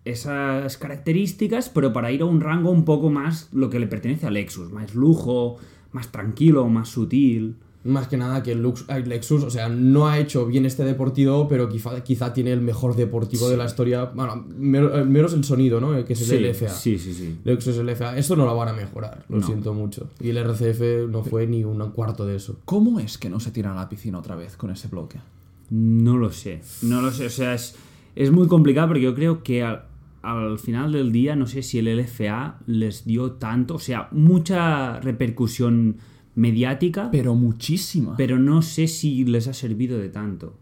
Speaker 3: esas características, pero para ir a un rango un poco más lo que le pertenece a Lexus, más lujo, más tranquilo, más sutil.
Speaker 2: Más que nada que el Lux- ay, Lexus, o sea, no ha hecho bien este deportivo, pero quizá, quizá tiene el mejor deportivo de la historia. Bueno, mer- eh, menos el sonido, ¿no? El Que es el LFA.
Speaker 3: sí, sí, sí.
Speaker 2: Lexus LFA. Eso no lo van a mejorar, lo siento mucho. Y el RCF no fue ni un cuarto de eso.
Speaker 1: ¿Cómo es que no se tiran a la piscina otra vez con ese bloque?
Speaker 3: No lo sé, no lo sé, o sea, es, es muy complicado porque yo creo que al, al final del día no sé si el LFA les dio tanto, o sea, mucha repercusión mediática,
Speaker 1: Pero muchísima.
Speaker 3: pero no sé si les ha servido de tanto. O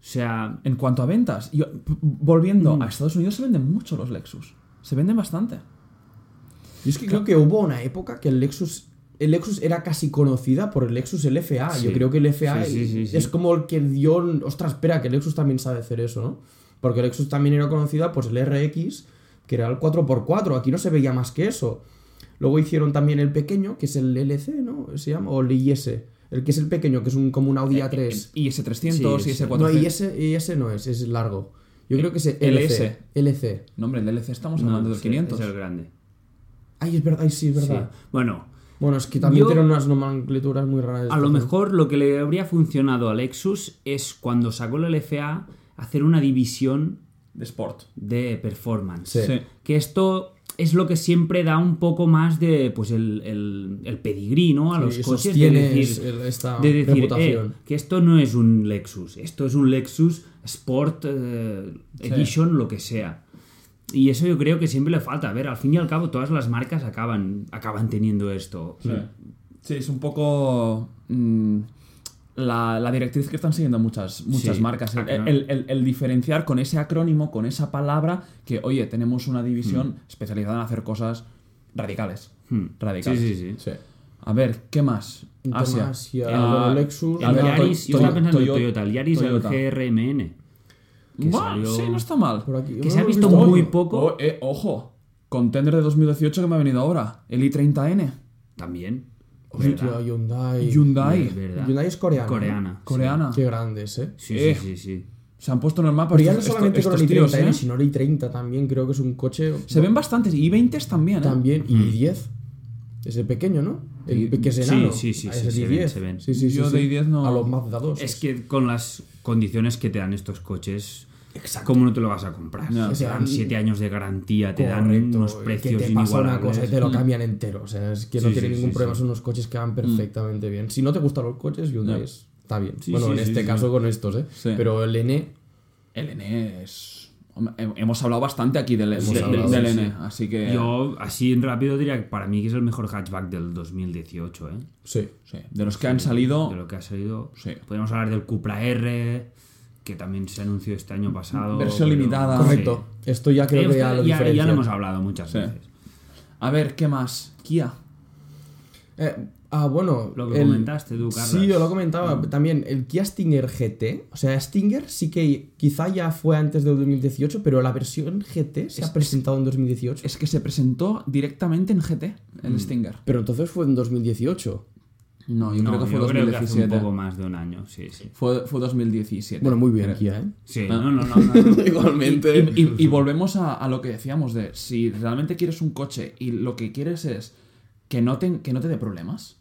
Speaker 3: sea,
Speaker 1: en cuanto a ventas, yo- p- volviendo a Estados Unidos, se venden mucho los Lexus. Se venden bastante.
Speaker 2: Yo es que creo que hubo una época que el Lexus. El Lexus era casi conocida por el Lexus LFA.
Speaker 3: Sí.
Speaker 2: Yo creo que el FA
Speaker 3: Sí, sí, sí, sí.
Speaker 2: es como el que dio. Ostras, espera, que el Lexus también sabe hacer eso, ¿no? Porque el Lexus también era conocida, pues el RX, que era el 4x4. Aquí no se veía más que eso. Luego hicieron también el pequeño, que es el LC, ¿no? Se llama, o el IS. El que es el pequeño, que es un, como un Audi A3.
Speaker 1: Y ese 300
Speaker 3: Sí,
Speaker 1: y
Speaker 3: sí.
Speaker 1: ese
Speaker 2: No,
Speaker 1: 400.
Speaker 2: IS, IS no es, es largo. Yo creo que es el
Speaker 1: LS.
Speaker 2: LC. LC.
Speaker 1: No, hombre, el LC estamos hablando
Speaker 3: no
Speaker 1: del
Speaker 3: sé,
Speaker 1: 500.
Speaker 3: es el grande.
Speaker 2: Ay, es verdad, ay, sí, es verdad.
Speaker 3: Sí. Bueno,
Speaker 2: Bueno, es que también
Speaker 3: Yo-
Speaker 2: tienen unas nomenclaturas muy raras.
Speaker 3: a lo mejor lo que le habría funcionado a Lexus es cuando sacó el LFA hacer una división
Speaker 1: De Sport.
Speaker 3: de performance.
Speaker 2: Sí.
Speaker 1: Sí.
Speaker 3: Que esto es lo que siempre da un poco más de pues el, el, el pedigrí, ¿no? A los coches de
Speaker 2: tienes
Speaker 3: decir,
Speaker 2: esta
Speaker 3: de decir
Speaker 2: reputación.
Speaker 3: "Eh, que esto no es un Lexus, esto es un Lexus Sport eh, Edition, lo que sea. Y eso yo creo que siempre le falta. A ver, al fin y al cabo, todas las marcas acaban, acaban teniendo esto.
Speaker 1: Sí. Sí, es un poco mm, la, la directriz que están siguiendo muchas, muchas
Speaker 3: Sí,
Speaker 1: marcas. El,
Speaker 3: acá.
Speaker 1: el- el- el diferenciar con ese acrónimo, con esa palabra, que oye, tenemos una división especializada en hacer cosas radicales.
Speaker 3: Hmm. Sí,
Speaker 1: Radicales.
Speaker 3: sí, sí.
Speaker 2: Sí.
Speaker 1: A ver, ¿qué más?
Speaker 2: Un tema
Speaker 1: Asia.
Speaker 2: hacia
Speaker 1: Ah,
Speaker 2: el Lexus.
Speaker 3: El
Speaker 1: a ver,
Speaker 3: Yaris,
Speaker 1: Toy-
Speaker 3: yo estaba
Speaker 1: Toy-
Speaker 3: pensando en
Speaker 1: Toyo-
Speaker 3: Toyota, el Yaris
Speaker 1: Toyota.
Speaker 3: el GRMN. que
Speaker 1: Buah,
Speaker 3: salió-
Speaker 1: sí, no está mal.
Speaker 2: Por aquí.
Speaker 3: que
Speaker 2: No
Speaker 3: se ha
Speaker 2: lo he
Speaker 3: visto
Speaker 2: visto.
Speaker 3: muy poco.
Speaker 1: Oh, eh, ojo, contender de 2018 que me ha venido ahora. El i30N.
Speaker 3: También.
Speaker 2: Hostia,
Speaker 3: ¿verdad?
Speaker 2: Hyundai.
Speaker 1: Hyundai.
Speaker 3: ¿Verdad?
Speaker 2: Hyundai es coreana.
Speaker 3: Coreana.
Speaker 1: Coreana.
Speaker 2: Qué grandes, eh.
Speaker 3: Sí,
Speaker 1: Eh.
Speaker 3: sí, sí, sí.
Speaker 1: Se han puesto en el mapa
Speaker 2: Pero ya no
Speaker 1: estos-
Speaker 2: solamente
Speaker 1: estos-
Speaker 2: con el
Speaker 1: estos
Speaker 2: i30,
Speaker 1: tíos,
Speaker 2: N,
Speaker 1: ¿eh?
Speaker 2: sino el i30 también creo que es un coche
Speaker 1: Se ven bastantes. Y 20 también, ¿eh?
Speaker 2: también. Y i10. Ese pequeño, ¿no? El que es
Speaker 3: Mm. Sí,
Speaker 2: enano.
Speaker 3: sí, sí,
Speaker 2: Ah,
Speaker 3: sí,
Speaker 2: es
Speaker 3: se
Speaker 2: el
Speaker 3: ven,
Speaker 2: i10.
Speaker 3: se ven.
Speaker 2: Sí, sí, sí,
Speaker 1: Yo
Speaker 2: sí.
Speaker 1: de i10 no-
Speaker 2: A los Mazda 2.
Speaker 3: Es que con las condiciones que te dan estos coches, ¿cómo no te lo vas a comprar?
Speaker 1: No.
Speaker 3: Te dan 7 años de garantía, te dan
Speaker 2: Correcto,
Speaker 3: unos
Speaker 2: que
Speaker 3: precios
Speaker 2: te pasa una cosa y
Speaker 3: inigualables. Mm.
Speaker 2: te lo cambian entero. O sea, es que no
Speaker 3: Sí,
Speaker 2: tiene
Speaker 3: sí,
Speaker 2: ningún
Speaker 3: sí,
Speaker 2: problema.
Speaker 3: sí. Mm.
Speaker 2: Son unos coches que van perfectamente bien. Si no te gustan los coches, Hyundai
Speaker 1: Ya.
Speaker 2: es- está bien.
Speaker 3: Sí,
Speaker 2: bueno,
Speaker 3: sí,
Speaker 2: en
Speaker 3: sí,
Speaker 2: este
Speaker 3: sí.
Speaker 2: caso con estos, ¿eh?
Speaker 1: Sí.
Speaker 2: Pero el N.
Speaker 1: El N es. Hombre, he- Hemos hablado bastante aquí del,
Speaker 3: Sí,
Speaker 1: del-
Speaker 3: hablado,
Speaker 1: del
Speaker 3: sí,
Speaker 1: N,
Speaker 3: sí.
Speaker 1: así que.
Speaker 3: Yo, así en rápido, diría que para mí que es el mejor hatchback del 2018, ¿eh?
Speaker 2: Sí.
Speaker 1: sí, de los que han salido.
Speaker 3: De lo que ha salido.
Speaker 1: Oh. Sí.
Speaker 3: Podríamos hablar del Cupra R, que también se anunció este año pasado.
Speaker 1: Versión limitada. Ah,
Speaker 2: Correcto. Esto ya
Speaker 3: Sí.
Speaker 2: creo
Speaker 3: Eh,
Speaker 2: que ya lo
Speaker 3: ya, ya
Speaker 2: diferencia.
Speaker 3: lo hemos hablado muchas
Speaker 1: Sí.
Speaker 3: veces.
Speaker 1: A ver, ¿qué más? Kia.
Speaker 2: Eh, ah, bueno.
Speaker 3: Lo que comentaste tú, Carlas. Mm.
Speaker 2: Sí, yo lo comentaba. También el Kia Stinger GT. O sea, Stinger sí que quizá ya fue antes del 2018, pero la versión GT se ha presentado en 2018.
Speaker 1: Es que se presentó directamente en GT, el Stinger.
Speaker 2: Pero entonces fue en 2018.
Speaker 1: No, yo
Speaker 3: No,
Speaker 1: creo que fue
Speaker 3: yo creo que hace
Speaker 1: 2017.
Speaker 3: un poco más de un año, sí, sí.
Speaker 1: Fue, fue 2017.
Speaker 2: Bueno, muy bien, Kia, ¿eh?
Speaker 3: Sí, no, no, no, no, no.
Speaker 2: Igualmente.
Speaker 1: Y, y- y volvemos a, a lo que decíamos de si realmente quieres un coche y lo que quieres es que no te, que no te dé problemas.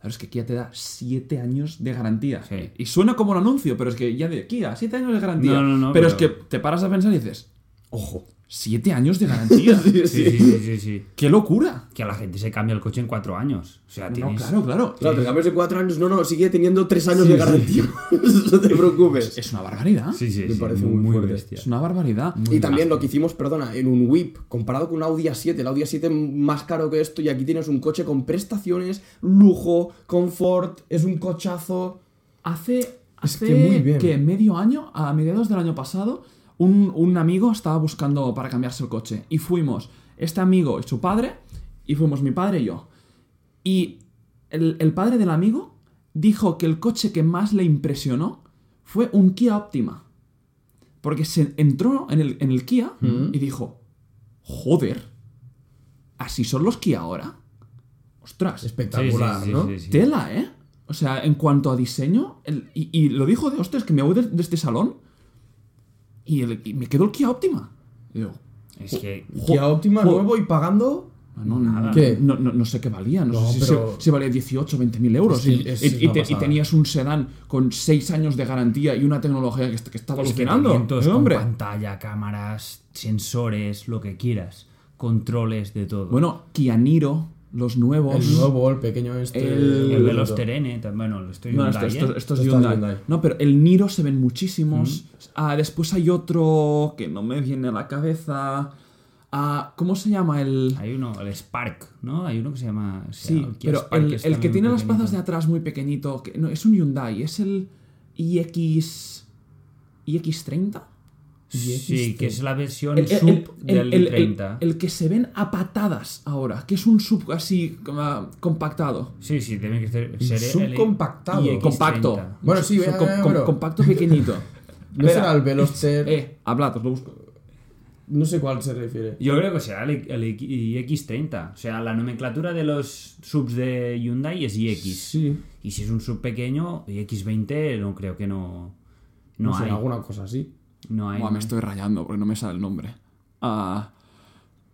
Speaker 1: Claro, es que Kia te da 7 años de garantía.
Speaker 3: Sí.
Speaker 1: Y suena como un anuncio, pero es que ya de Kia, 7 años de garantía.
Speaker 3: No, no, no,
Speaker 1: pero,
Speaker 3: pero-
Speaker 1: es que te paras a pensar y dices,
Speaker 2: Ojo.
Speaker 1: 7 años de garantía.
Speaker 3: *laughs* Sí, sí, sí, sí, sí.
Speaker 1: ¡Qué locura!
Speaker 3: Que a la gente se cambia el coche en cuatro años. O sea,
Speaker 1: No,
Speaker 3: tienes...
Speaker 1: claro, claro.
Speaker 2: Claro, te cambias de cuatro años. No, no, sigue teniendo tres años de garantía. *laughs* no te preocupes.
Speaker 1: Es una barbaridad.
Speaker 3: Sí, sí,
Speaker 2: Me
Speaker 3: sí,
Speaker 2: parece muy fuerte.
Speaker 3: bestia.
Speaker 1: Es una barbaridad.
Speaker 2: y también lo que hicimos, perdona, en un whip, comparado con un Audi A7, el Audi A7 más caro que esto, y aquí tienes un coche con prestaciones, lujo, confort, es un cochazo.
Speaker 1: Hace,
Speaker 2: Es
Speaker 1: Hace
Speaker 2: que muy bien.
Speaker 1: ¿qué? medio año, a mediados del año pasado, un, un amigo estaba buscando para cambiarse el coche. Y fuimos, este amigo y su padre, y fuimos mi padre y yo. Y el, el padre del amigo dijo que el coche que más le impresionó fue un Kia Optima. Porque se entró en el, en el Kia
Speaker 2: Mm.
Speaker 1: y dijo, joder, así son los Kia ahora. Ostras,
Speaker 2: Espectacular,
Speaker 3: Sí, sí, sí,
Speaker 2: ¿no?
Speaker 3: sí, sí.
Speaker 1: Tela, ¿eh? O sea, en cuanto a diseño, el- y, y lo dijo de, ostras, que me voy de, de este salón y, el- y me quedó el Kia Optima. Y digo,
Speaker 3: Es que.
Speaker 2: Kia Optima
Speaker 1: jo-
Speaker 2: nuevo y pagando.
Speaker 1: no, nada.
Speaker 2: ¿Qué?
Speaker 1: No, no, no sé qué valía, no,
Speaker 2: No,
Speaker 1: sé si,
Speaker 2: pero-
Speaker 1: si- si valía 18 o 20 mil euros.
Speaker 2: Es
Speaker 1: y,
Speaker 2: que es
Speaker 1: y- y
Speaker 2: una
Speaker 1: te- y
Speaker 2: pasada.
Speaker 1: tenías un sedán con 6 años de garantía y una tecnología que, est- que estaba
Speaker 3: Es que
Speaker 1: alucinando.
Speaker 3: tenientos
Speaker 1: ¿eh,
Speaker 3: con
Speaker 1: hombre.
Speaker 3: pantalla, cámaras, sensores, lo que quieras. Controles de todo.
Speaker 1: Bueno, Kia Niro, los nuevos.
Speaker 2: El nuevo, el pequeño este.
Speaker 1: El-
Speaker 3: el
Speaker 1: el
Speaker 3: de los Terene, tam- bueno, lo estoy
Speaker 1: No,
Speaker 3: viendo
Speaker 1: esto,
Speaker 3: ahí,
Speaker 1: esto-
Speaker 3: ¿eh?
Speaker 1: esto es
Speaker 2: Esto es
Speaker 1: Hyundai.
Speaker 2: Hyundai.
Speaker 1: No, pero el Niro se ven muchísimos. Ah, después hay otro que no me viene a la cabeza. Ah, ¿Cómo se llama el...?
Speaker 3: Hay uno, el Spark, ¿no? Hay uno que se llama. o sea,
Speaker 1: Sí,
Speaker 3: el Kia
Speaker 1: pero
Speaker 3: Spark
Speaker 1: el,
Speaker 3: es
Speaker 1: el que
Speaker 3: también
Speaker 1: tiene
Speaker 3: muy
Speaker 1: las plazas de
Speaker 3: pequeñito.
Speaker 1: atrás muy pequeñito. que- no, es un Hyundai, es el iX... iX30.
Speaker 3: Sí, que es la versión
Speaker 1: este. El, el-
Speaker 3: sub
Speaker 1: el-
Speaker 3: del
Speaker 1: el- el-
Speaker 3: 30.
Speaker 1: el que se ven a patadas ahora, que es un sub así como, ah, compactado.
Speaker 3: sí, sí, tiene que ser. ser el-
Speaker 2: subcompactado.
Speaker 3: IX30.
Speaker 1: Compacto.
Speaker 2: Bueno, sí,
Speaker 1: Un sub-
Speaker 2: ya, ya, ya,
Speaker 1: com-
Speaker 2: pero-
Speaker 1: Compacto
Speaker 3: *laughs*
Speaker 1: pequeñito.
Speaker 2: No
Speaker 1: Espera.
Speaker 2: será el Veloster.
Speaker 1: Eh, hablad, os lo busco.
Speaker 2: No sé cuál se refiere.
Speaker 3: Yo creo que será el, E el X30. O sea, la nomenclatura de los subs de Hyundai es IX.
Speaker 2: Sí.
Speaker 3: Y si es un sub pequeño, IX20, no creo que no. No,
Speaker 2: No, sé,
Speaker 3: hay.
Speaker 2: alguna cosa así.
Speaker 3: No hay.
Speaker 1: Buah, me estoy rayando porque no me sale el nombre. Ah,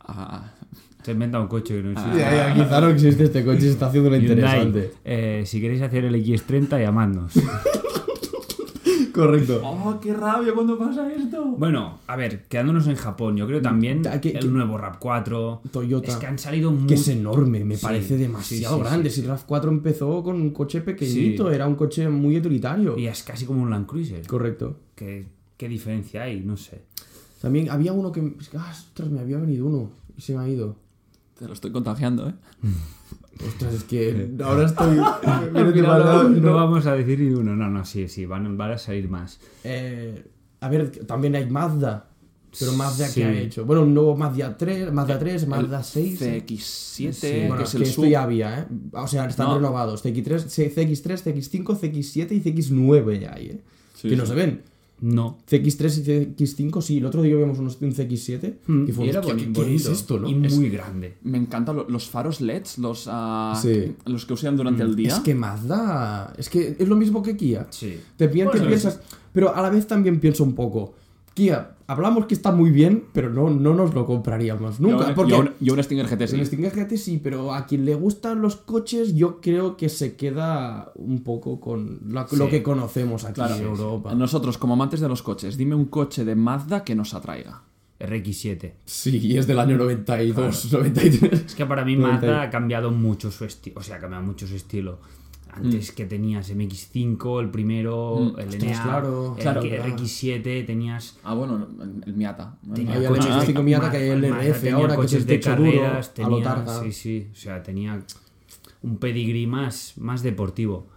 Speaker 1: ah,
Speaker 3: Se inventa un coche que no existe.
Speaker 2: Ah, Ya, ya, quizá no existe este coche, se está haciendo lo
Speaker 3: Hyundai,
Speaker 2: interesante.
Speaker 3: eh, si queréis hacer el X30,
Speaker 2: *laughs*
Speaker 3: llamadnos.
Speaker 2: Correcto.
Speaker 1: ¡Oh, qué rabia cuando pasa esto!
Speaker 3: bueno, a ver, quedándonos en Japón, yo creo también
Speaker 2: Ta- que-
Speaker 3: el
Speaker 2: que-
Speaker 3: nuevo RAV4.
Speaker 2: Toyota.
Speaker 3: Es que han salido
Speaker 2: Que
Speaker 3: muchos.
Speaker 2: es enorme, me
Speaker 3: Sí,
Speaker 2: parece demasiado
Speaker 3: sí, sí,
Speaker 2: grande. Si RAV4 empezó con un coche pequeñito, era un coche muy utilitario.
Speaker 3: Y es casi como un Land Cruiser.
Speaker 2: Correcto.
Speaker 3: ¿Qué, qué diferencia hay? No sé.
Speaker 2: También había uno que. es que, ah, ostras, me había venido uno y se me ha ido.
Speaker 1: Te lo estoy contagiando, ¿eh?
Speaker 2: Ostras, es
Speaker 3: *laughs*
Speaker 2: que ahora estoy. me he
Speaker 3: Eh. Al final
Speaker 2: desbandado,
Speaker 3: no, no
Speaker 2: no.
Speaker 3: vamos a decir ni uno. No, no, sí, sí, van, van a salir más.
Speaker 2: Eh, a ver, también hay Mazda. Pero Mazda
Speaker 3: Sí.
Speaker 2: que ha hecho. Bueno, un nuevo Mazda 3, Mazda 3, Mazda 6.
Speaker 1: CX7,
Speaker 2: ¿eh? Sí,
Speaker 1: que
Speaker 2: bueno,
Speaker 1: es
Speaker 2: que
Speaker 1: el
Speaker 2: esto
Speaker 1: sub.
Speaker 2: ya había, ¿eh? O sea, están
Speaker 1: No.
Speaker 2: renovados. CX3, CX3, CX5, CX7 y CX9 ya hay, ¿eh?
Speaker 1: Sí,
Speaker 2: que no
Speaker 1: sí.
Speaker 2: se ven.
Speaker 3: No.
Speaker 2: CX3 y CX5, sí. El otro día vimos unos- un CX7.
Speaker 3: Mm,
Speaker 2: Y fue,
Speaker 3: y era
Speaker 2: hostia,
Speaker 1: pues,
Speaker 2: ¿qué,
Speaker 3: bonito.
Speaker 2: qué es esto, no?
Speaker 3: Y muy grande.
Speaker 1: Me encantan lo- los faros LEDs, los, ah,
Speaker 2: Sí.
Speaker 1: los que usan durante el día.
Speaker 2: Mm, Es que Mazda... Es que es lo mismo que Kia.
Speaker 3: Sí.
Speaker 2: Te pi-
Speaker 3: Bueno,
Speaker 2: te piensas... Pero a la vez también pienso un poco... Kia, hablamos que está muy bien, pero no, no nos lo compraríamos
Speaker 1: Y
Speaker 2: nunca.
Speaker 1: aún- e-
Speaker 2: porque
Speaker 1: y aún- y un Stinger GT, sí.
Speaker 2: El Stinger GT sí, pero a quien le gustan los coches, yo creo que se queda un poco con la- lo que conocemos aquí
Speaker 1: Claro.
Speaker 2: en Europa.
Speaker 1: Nosotros, como amantes de los coches, dime un coche de Mazda que nos atraiga.
Speaker 3: RX7.
Speaker 2: Sí, y es del año 92, 93.
Speaker 3: Es que para mí
Speaker 2: 90 y-
Speaker 3: Mazda ha cambiado mucho su estilo. O sea, ha cambiado mucho su estilo. Antes que tenías MX5, el primero, el
Speaker 2: Mm. Ostras,
Speaker 3: NA,
Speaker 2: claro,
Speaker 3: el
Speaker 2: claro,
Speaker 3: que-
Speaker 2: verdad.
Speaker 3: RX7 tenías...
Speaker 1: Ah, bueno, el, el Miata.
Speaker 3: tenía
Speaker 2: Había el
Speaker 3: coches
Speaker 2: MX5
Speaker 3: de-
Speaker 2: Miata, que hay el
Speaker 3: Mazda
Speaker 2: RF
Speaker 3: tenía
Speaker 2: ahora, que es
Speaker 3: coches
Speaker 2: el
Speaker 3: de
Speaker 2: techo duro,
Speaker 3: carreras,
Speaker 2: a lo
Speaker 3: tenía-
Speaker 2: targa.
Speaker 3: Sí, sí, o sea, tenía un pedigrí más, más deportivo.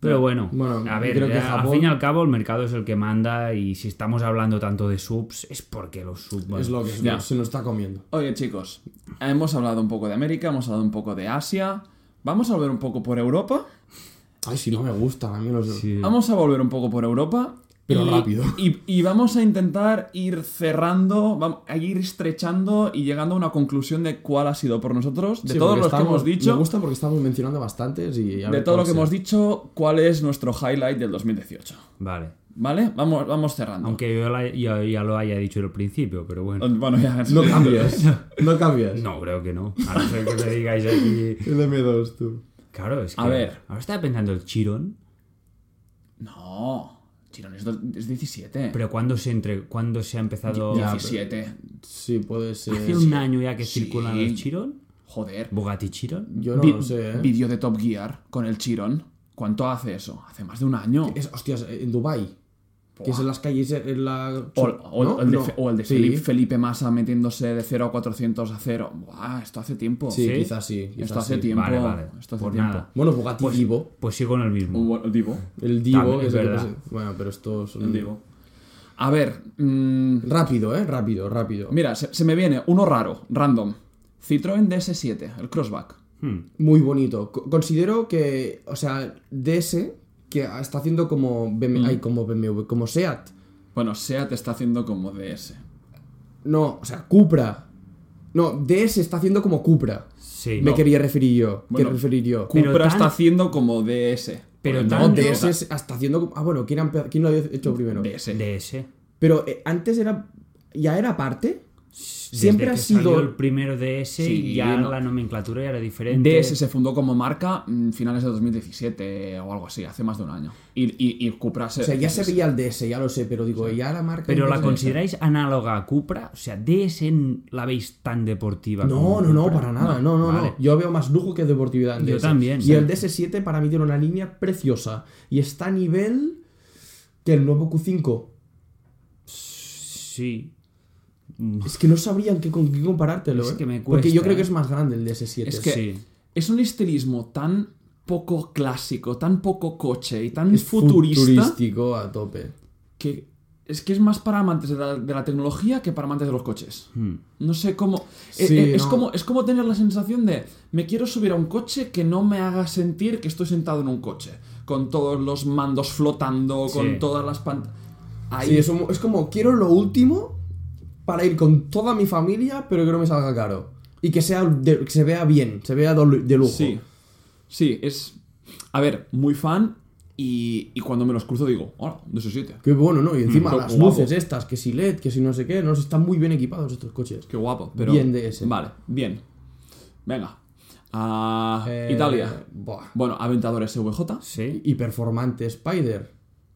Speaker 3: Pero bueno,
Speaker 2: Bueno,
Speaker 3: a ver,
Speaker 2: creo que
Speaker 3: eh,
Speaker 2: Japón-
Speaker 3: al fin y al cabo el mercado es el que manda y si estamos hablando tanto de subs es porque los subs... bueno,
Speaker 2: es lo que es,
Speaker 1: Ya.
Speaker 2: se nos está comiendo.
Speaker 1: Oye, chicos, hemos hablado un poco de América, hemos hablado un poco de Asia. Vamos a volver un poco por Europa.
Speaker 2: Ay, si no me gusta, a mí no sé.
Speaker 3: sí.
Speaker 1: Vamos a volver un poco por Europa.
Speaker 2: Pero
Speaker 1: y-
Speaker 2: rápido.
Speaker 1: Y, y vamos a intentar ir cerrando, vamos a ir estrechando y llegando a una conclusión de cuál ha sido por nosotros, de
Speaker 2: Sí,
Speaker 1: todo
Speaker 2: porque
Speaker 1: lo
Speaker 2: estamos-
Speaker 1: que hemos dicho,
Speaker 2: Me gusta porque estamos mencionando bastantes y... a
Speaker 1: de
Speaker 2: ver
Speaker 1: todo lo
Speaker 2: cuál
Speaker 1: que
Speaker 2: sea.
Speaker 1: hemos dicho, cuál es nuestro highlight del 2018.
Speaker 3: Vale.
Speaker 1: ¿Vale? Vamos, vamos cerrando.
Speaker 3: Aunque yo la- ya, ya lo haya dicho al principio, pero bueno.
Speaker 1: Bueno, ya.
Speaker 2: *laughs* No
Speaker 1: *laughs*
Speaker 2: cambias, no cambias.
Speaker 3: No, creo que no. A no ser que me digáis aquí.
Speaker 2: El M2, tú.
Speaker 3: Claro, es que.
Speaker 1: A ver.
Speaker 3: Ahora estaba pensando el Chiron,
Speaker 1: No, Chirón es, do- es 17.
Speaker 3: pero ¿cuándo se, entre, ¿cuándo se ha empezado.
Speaker 1: 17.
Speaker 2: Sí, puede ser...
Speaker 3: Hace un año ya que
Speaker 1: Sí.
Speaker 3: circulan los Chiron.
Speaker 1: Joder.
Speaker 3: Bugatti Chiron.
Speaker 2: Yo no
Speaker 1: Vi-
Speaker 2: lo sé, ¿eh?
Speaker 1: Vídeo de Top Gear con el Chirón. ¿Cuánto hace eso? Hace más de un año.
Speaker 2: Es, hostias, en Dubai que es en las calles, en la...
Speaker 1: O, o-
Speaker 2: ¿no?
Speaker 1: o el de,
Speaker 2: No.
Speaker 1: Fe- o el de
Speaker 2: Sí.
Speaker 1: Felipe, Felipe Massa metiéndose de 0 a 400 a 0. Buah, esto hace tiempo.
Speaker 2: Sí, quizás sí. quizás
Speaker 1: Esto hace
Speaker 2: sí.
Speaker 1: tiempo.
Speaker 3: Vale, vale.
Speaker 1: Esto hace
Speaker 3: Por
Speaker 1: tiempo.
Speaker 3: nada.
Speaker 2: Bueno, Bugatti
Speaker 3: Pues-
Speaker 2: Divo.
Speaker 3: Pues sigo en el mismo.
Speaker 1: O- o Divo.
Speaker 2: El Divo,
Speaker 3: También,
Speaker 2: que
Speaker 3: es
Speaker 2: el que
Speaker 3: verdad.
Speaker 2: puse- Bueno, pero esto es...
Speaker 1: El Divo. A ver, mm,
Speaker 2: Rápido, ¿eh? Rápido, rápido.
Speaker 1: mira, se, se me viene uno raro, random. Citroën DS7, el crossback.
Speaker 3: Hmm.
Speaker 2: Muy bonito. Co- Considero que, o sea, DS, que está haciendo como BMW, ay, como BMW, como SEAT.
Speaker 1: Bueno, SEAT está haciendo como DS.
Speaker 2: No, o sea, Cupra. No, DS está haciendo como Cupra.
Speaker 3: Sí.
Speaker 2: Me quería referir yo.
Speaker 1: Bueno,
Speaker 2: quería referir yo.
Speaker 3: Pero
Speaker 1: Cupra
Speaker 3: tan-
Speaker 1: está haciendo como DS.
Speaker 3: Pero
Speaker 1: Por el
Speaker 3: tan-
Speaker 2: No,
Speaker 1: nombre,
Speaker 2: DS
Speaker 1: o sea,
Speaker 2: está haciendo como... Ah, bueno, ¿quién, ha empe- quién lo había hecho primero?
Speaker 1: DS.
Speaker 3: DS.
Speaker 2: Pero eh, antes era... ¿Ya era parte?
Speaker 3: Desde
Speaker 2: Siempre
Speaker 3: que
Speaker 2: ha sido-
Speaker 3: salió el primero DS
Speaker 1: Sí,
Speaker 3: y ya
Speaker 1: no.
Speaker 3: la nomenclatura ya era diferente.
Speaker 1: DS se fundó como marca mm, finales de 2017 o algo así, hace más de un año. Y, y, y Cupra se.
Speaker 2: O sea,
Speaker 3: Eh,
Speaker 2: ya se veía el DS, ya lo sé, pero digo, ya la marca...
Speaker 3: Pero la
Speaker 2: entonces-
Speaker 3: consideráis análoga a Cupra, o sea, DS n- la veis tan deportiva.
Speaker 2: No,
Speaker 3: como
Speaker 2: no, no,
Speaker 3: Cupra.
Speaker 2: para nada. No, no,
Speaker 3: Vale.
Speaker 2: no. Yo veo más lujo que deportividad. en
Speaker 3: Yo
Speaker 2: DS.
Speaker 3: también,
Speaker 2: Y
Speaker 3: sí.
Speaker 2: el DS7 para mí tiene una línea preciosa. Y está a nivel que el nuevo Q5.
Speaker 3: Sí.
Speaker 2: Es que no sabrían qué, con qué comparártelo.
Speaker 3: Es
Speaker 2: ¿eh?
Speaker 3: que me
Speaker 2: Porque yo
Speaker 3: cuesta,
Speaker 2: creo que
Speaker 3: ¿eh?
Speaker 2: es más grande el DS7.
Speaker 1: Es que
Speaker 3: Sí.
Speaker 1: es un estilismo tan poco clásico, tan poco coche y tan
Speaker 2: Es
Speaker 1: futurista
Speaker 2: Futurístico a tope.
Speaker 1: que es que es más para amantes de la, de la tecnología que para amantes de los coches.
Speaker 3: Hmm.
Speaker 1: No sé cómo. eh,
Speaker 2: Sí,
Speaker 1: eh, es,
Speaker 2: no.
Speaker 1: como, es como tener la sensación de me quiero subir a un coche que no me haga sentir que estoy sentado en un coche. Con todos los mandos flotando,
Speaker 3: Sí.
Speaker 1: con todas las pantallas.
Speaker 2: Sí, es, un- es como, quiero lo último para ir con toda mi familia, pero que no me salga caro. Y que, sea de- que se vea bien, se vea de de lujo.
Speaker 1: Sí. Sí, es. A ver, muy fan. Y, y cuando me los cruzo digo, hola, de ese 7.
Speaker 2: Qué bueno, ¿no? Y encima
Speaker 1: Mm,
Speaker 2: las
Speaker 1: guapo.
Speaker 2: luces estas, que si LED, que si no sé qué, no están muy bien equipados estos coches.
Speaker 1: Qué guapo, pero.
Speaker 2: Bien de ese.
Speaker 1: Vale, bien. Venga. Ah,
Speaker 2: Eh,
Speaker 1: Italia.
Speaker 2: buah.
Speaker 1: Bueno, Aventador SVJ.
Speaker 3: Sí.
Speaker 2: Y performante Spider.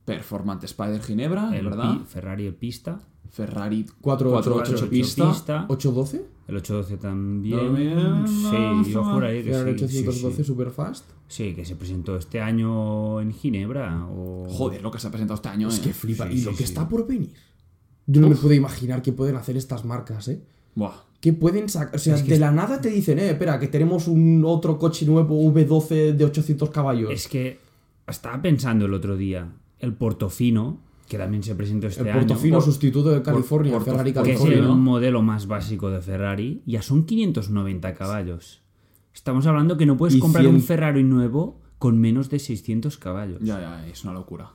Speaker 1: Performante Spider Ginebra,
Speaker 3: El
Speaker 1: ¿verdad?
Speaker 3: pi- Ferrari el pista.
Speaker 1: Ferrari
Speaker 2: 488
Speaker 1: 488 pista.
Speaker 3: pista.
Speaker 2: 812.
Speaker 3: El 812 también.
Speaker 1: También,
Speaker 3: Sí, yo
Speaker 1: ah,
Speaker 3: juraría que
Speaker 2: Eran
Speaker 3: sí, sí,
Speaker 2: 812
Speaker 3: sí.
Speaker 2: Superfast.
Speaker 3: Sí, que se presentó este año en Ginebra. O...
Speaker 1: Joder, lo que se ha presentado este año.
Speaker 2: Es
Speaker 1: eh.
Speaker 2: que flipa.
Speaker 3: sí,
Speaker 2: y
Speaker 3: sí,
Speaker 2: lo que
Speaker 3: sí.
Speaker 2: está por venir. Yo no me puedo imaginar qué pueden hacer estas marcas, ¿eh?
Speaker 1: Buah.
Speaker 2: Que pueden sacar. O sea, de la nada te dicen, eh, espera, que tenemos un otro coche nuevo V12 de 800 caballos.
Speaker 3: Es que estaba pensando el otro día, el Portofino, que también se presentó este
Speaker 2: el
Speaker 3: año.
Speaker 2: Portofino
Speaker 1: Por-
Speaker 2: sustituto de California,
Speaker 1: Porto-
Speaker 2: Ferrari
Speaker 1: porque
Speaker 3: que es
Speaker 2: California.
Speaker 3: el
Speaker 1: Portofino.
Speaker 3: modelo más básico de Ferrari, ya son 590 caballos. Estamos hablando que no puedes
Speaker 2: Y
Speaker 3: comprar
Speaker 2: 100.
Speaker 3: un Ferrari nuevo con menos de 600 caballos.
Speaker 1: Ya, ya, es una locura.